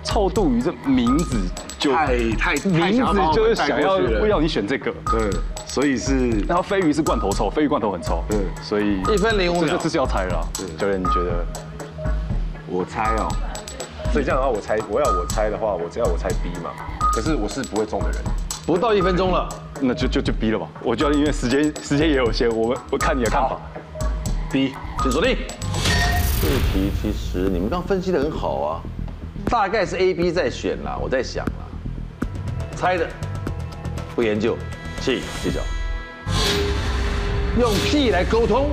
[SPEAKER 2] 臭肚鱼这名字就
[SPEAKER 3] 太太太想
[SPEAKER 2] 名
[SPEAKER 3] 要把
[SPEAKER 2] 字
[SPEAKER 3] 我
[SPEAKER 2] 就是
[SPEAKER 3] 们带
[SPEAKER 2] 想
[SPEAKER 3] 过
[SPEAKER 2] 要
[SPEAKER 3] 去了
[SPEAKER 2] 会要你选这个，
[SPEAKER 3] 对，所以是
[SPEAKER 2] 然后飞鱼是罐头臭，飞鱼罐头很臭，
[SPEAKER 3] 嗯
[SPEAKER 2] 所以
[SPEAKER 1] 一分零五秒
[SPEAKER 2] 这这是要猜了啊。教练，你觉得？
[SPEAKER 3] 我猜哦，
[SPEAKER 9] 所以这样的话，我猜我要我猜的话，我只要我猜 B 嘛。可是我是不会中的人，
[SPEAKER 1] 不到一分钟了，
[SPEAKER 2] 那就就就 B 了吧。我教练，因为时间时间也有限，我们我看你的看法。
[SPEAKER 1] 请锁定。这题其实你们刚分析的很好啊，大概是 A、B 在选啦，我在想啦，猜的，不研究，请揭晓。用屁来沟通，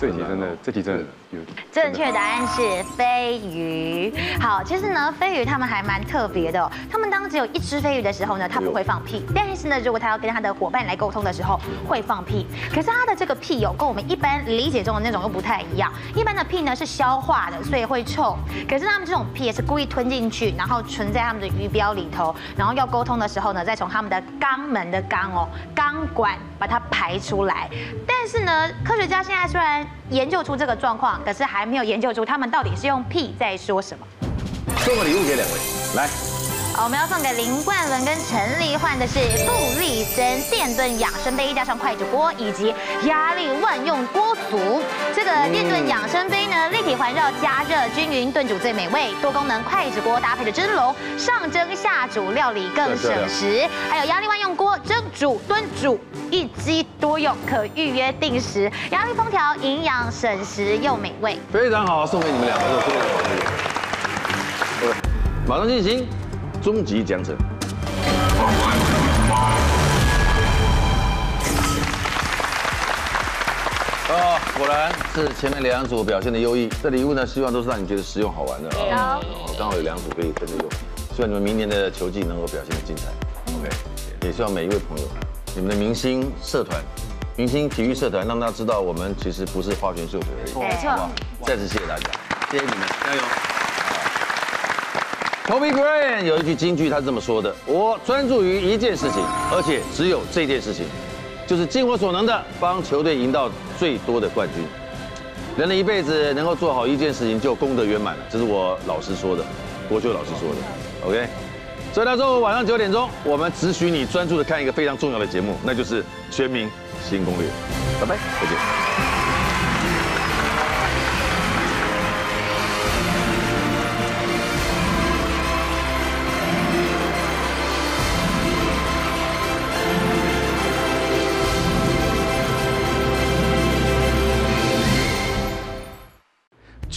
[SPEAKER 2] 这题真的，这题真的有
[SPEAKER 4] 正确答案是飞鱼。好，其实呢，飞鱼它们还蛮特别的、哦。它们当只有一只飞鱼的时候呢，它不会放屁，但是呢，如果它要跟它的伙伴来沟通的时候，会放屁。可是它的这个屁有、跟我们一般理解中的那种又不太一样。一般的屁呢是消化的，所以会臭。可是它们这种屁也是故意吞进去，然后存在它们的鱼标里头，然后要沟通的时候呢，再从它们的肛门的肛哦肛管把它排出来。但是呢，科学家现在虽然研究出这个状况，可是还没有研究出他们到底是用屁在说什么。
[SPEAKER 1] 送个礼物给两位，来，
[SPEAKER 4] 好，我们要送给林冠伦跟陈立焕的是布利森电炖养生杯，加上快煮锅以及压力万用锅组。这个电炖养生杯呢，立体环绕加热均匀，炖煮最美味。多功能快煮锅搭配的蒸笼，上蒸下煮，料理更省时。还有压力万用锅，蒸煮、炖煮一机多用，可预约定时。压力烹调，营养省时又美味。
[SPEAKER 1] 非常好，送给你们两位，送给你们两位。马上进行终极奖惩。啊，果然是前面两组表现的优异。这礼物呢，希望都是让你觉得实用好玩的啊。刚好有两组可以分着用，希望你们明年的球季能够表现的精彩。OK，也希望每一位朋友，你们的明星社团、明星体育社团，让大家知道我们其实不是花拳绣腿而已。
[SPEAKER 4] 没错
[SPEAKER 1] 好不好再次谢谢大家，谢谢你们，加油。Kobe Bryant 有一句金句，他是这么说的：“我专注于一件事情，而且只有这件事情。就是尽我所能的帮球队赢到最多的冠军。人的一辈子能够做好一件事情就功德圆满了，这是我老师说的，国秀老师说的。OK，所以到周五晚上九点钟，我们只许你专注的看一个非常重要的节目，那就是《全民新攻略》。拜拜，再见。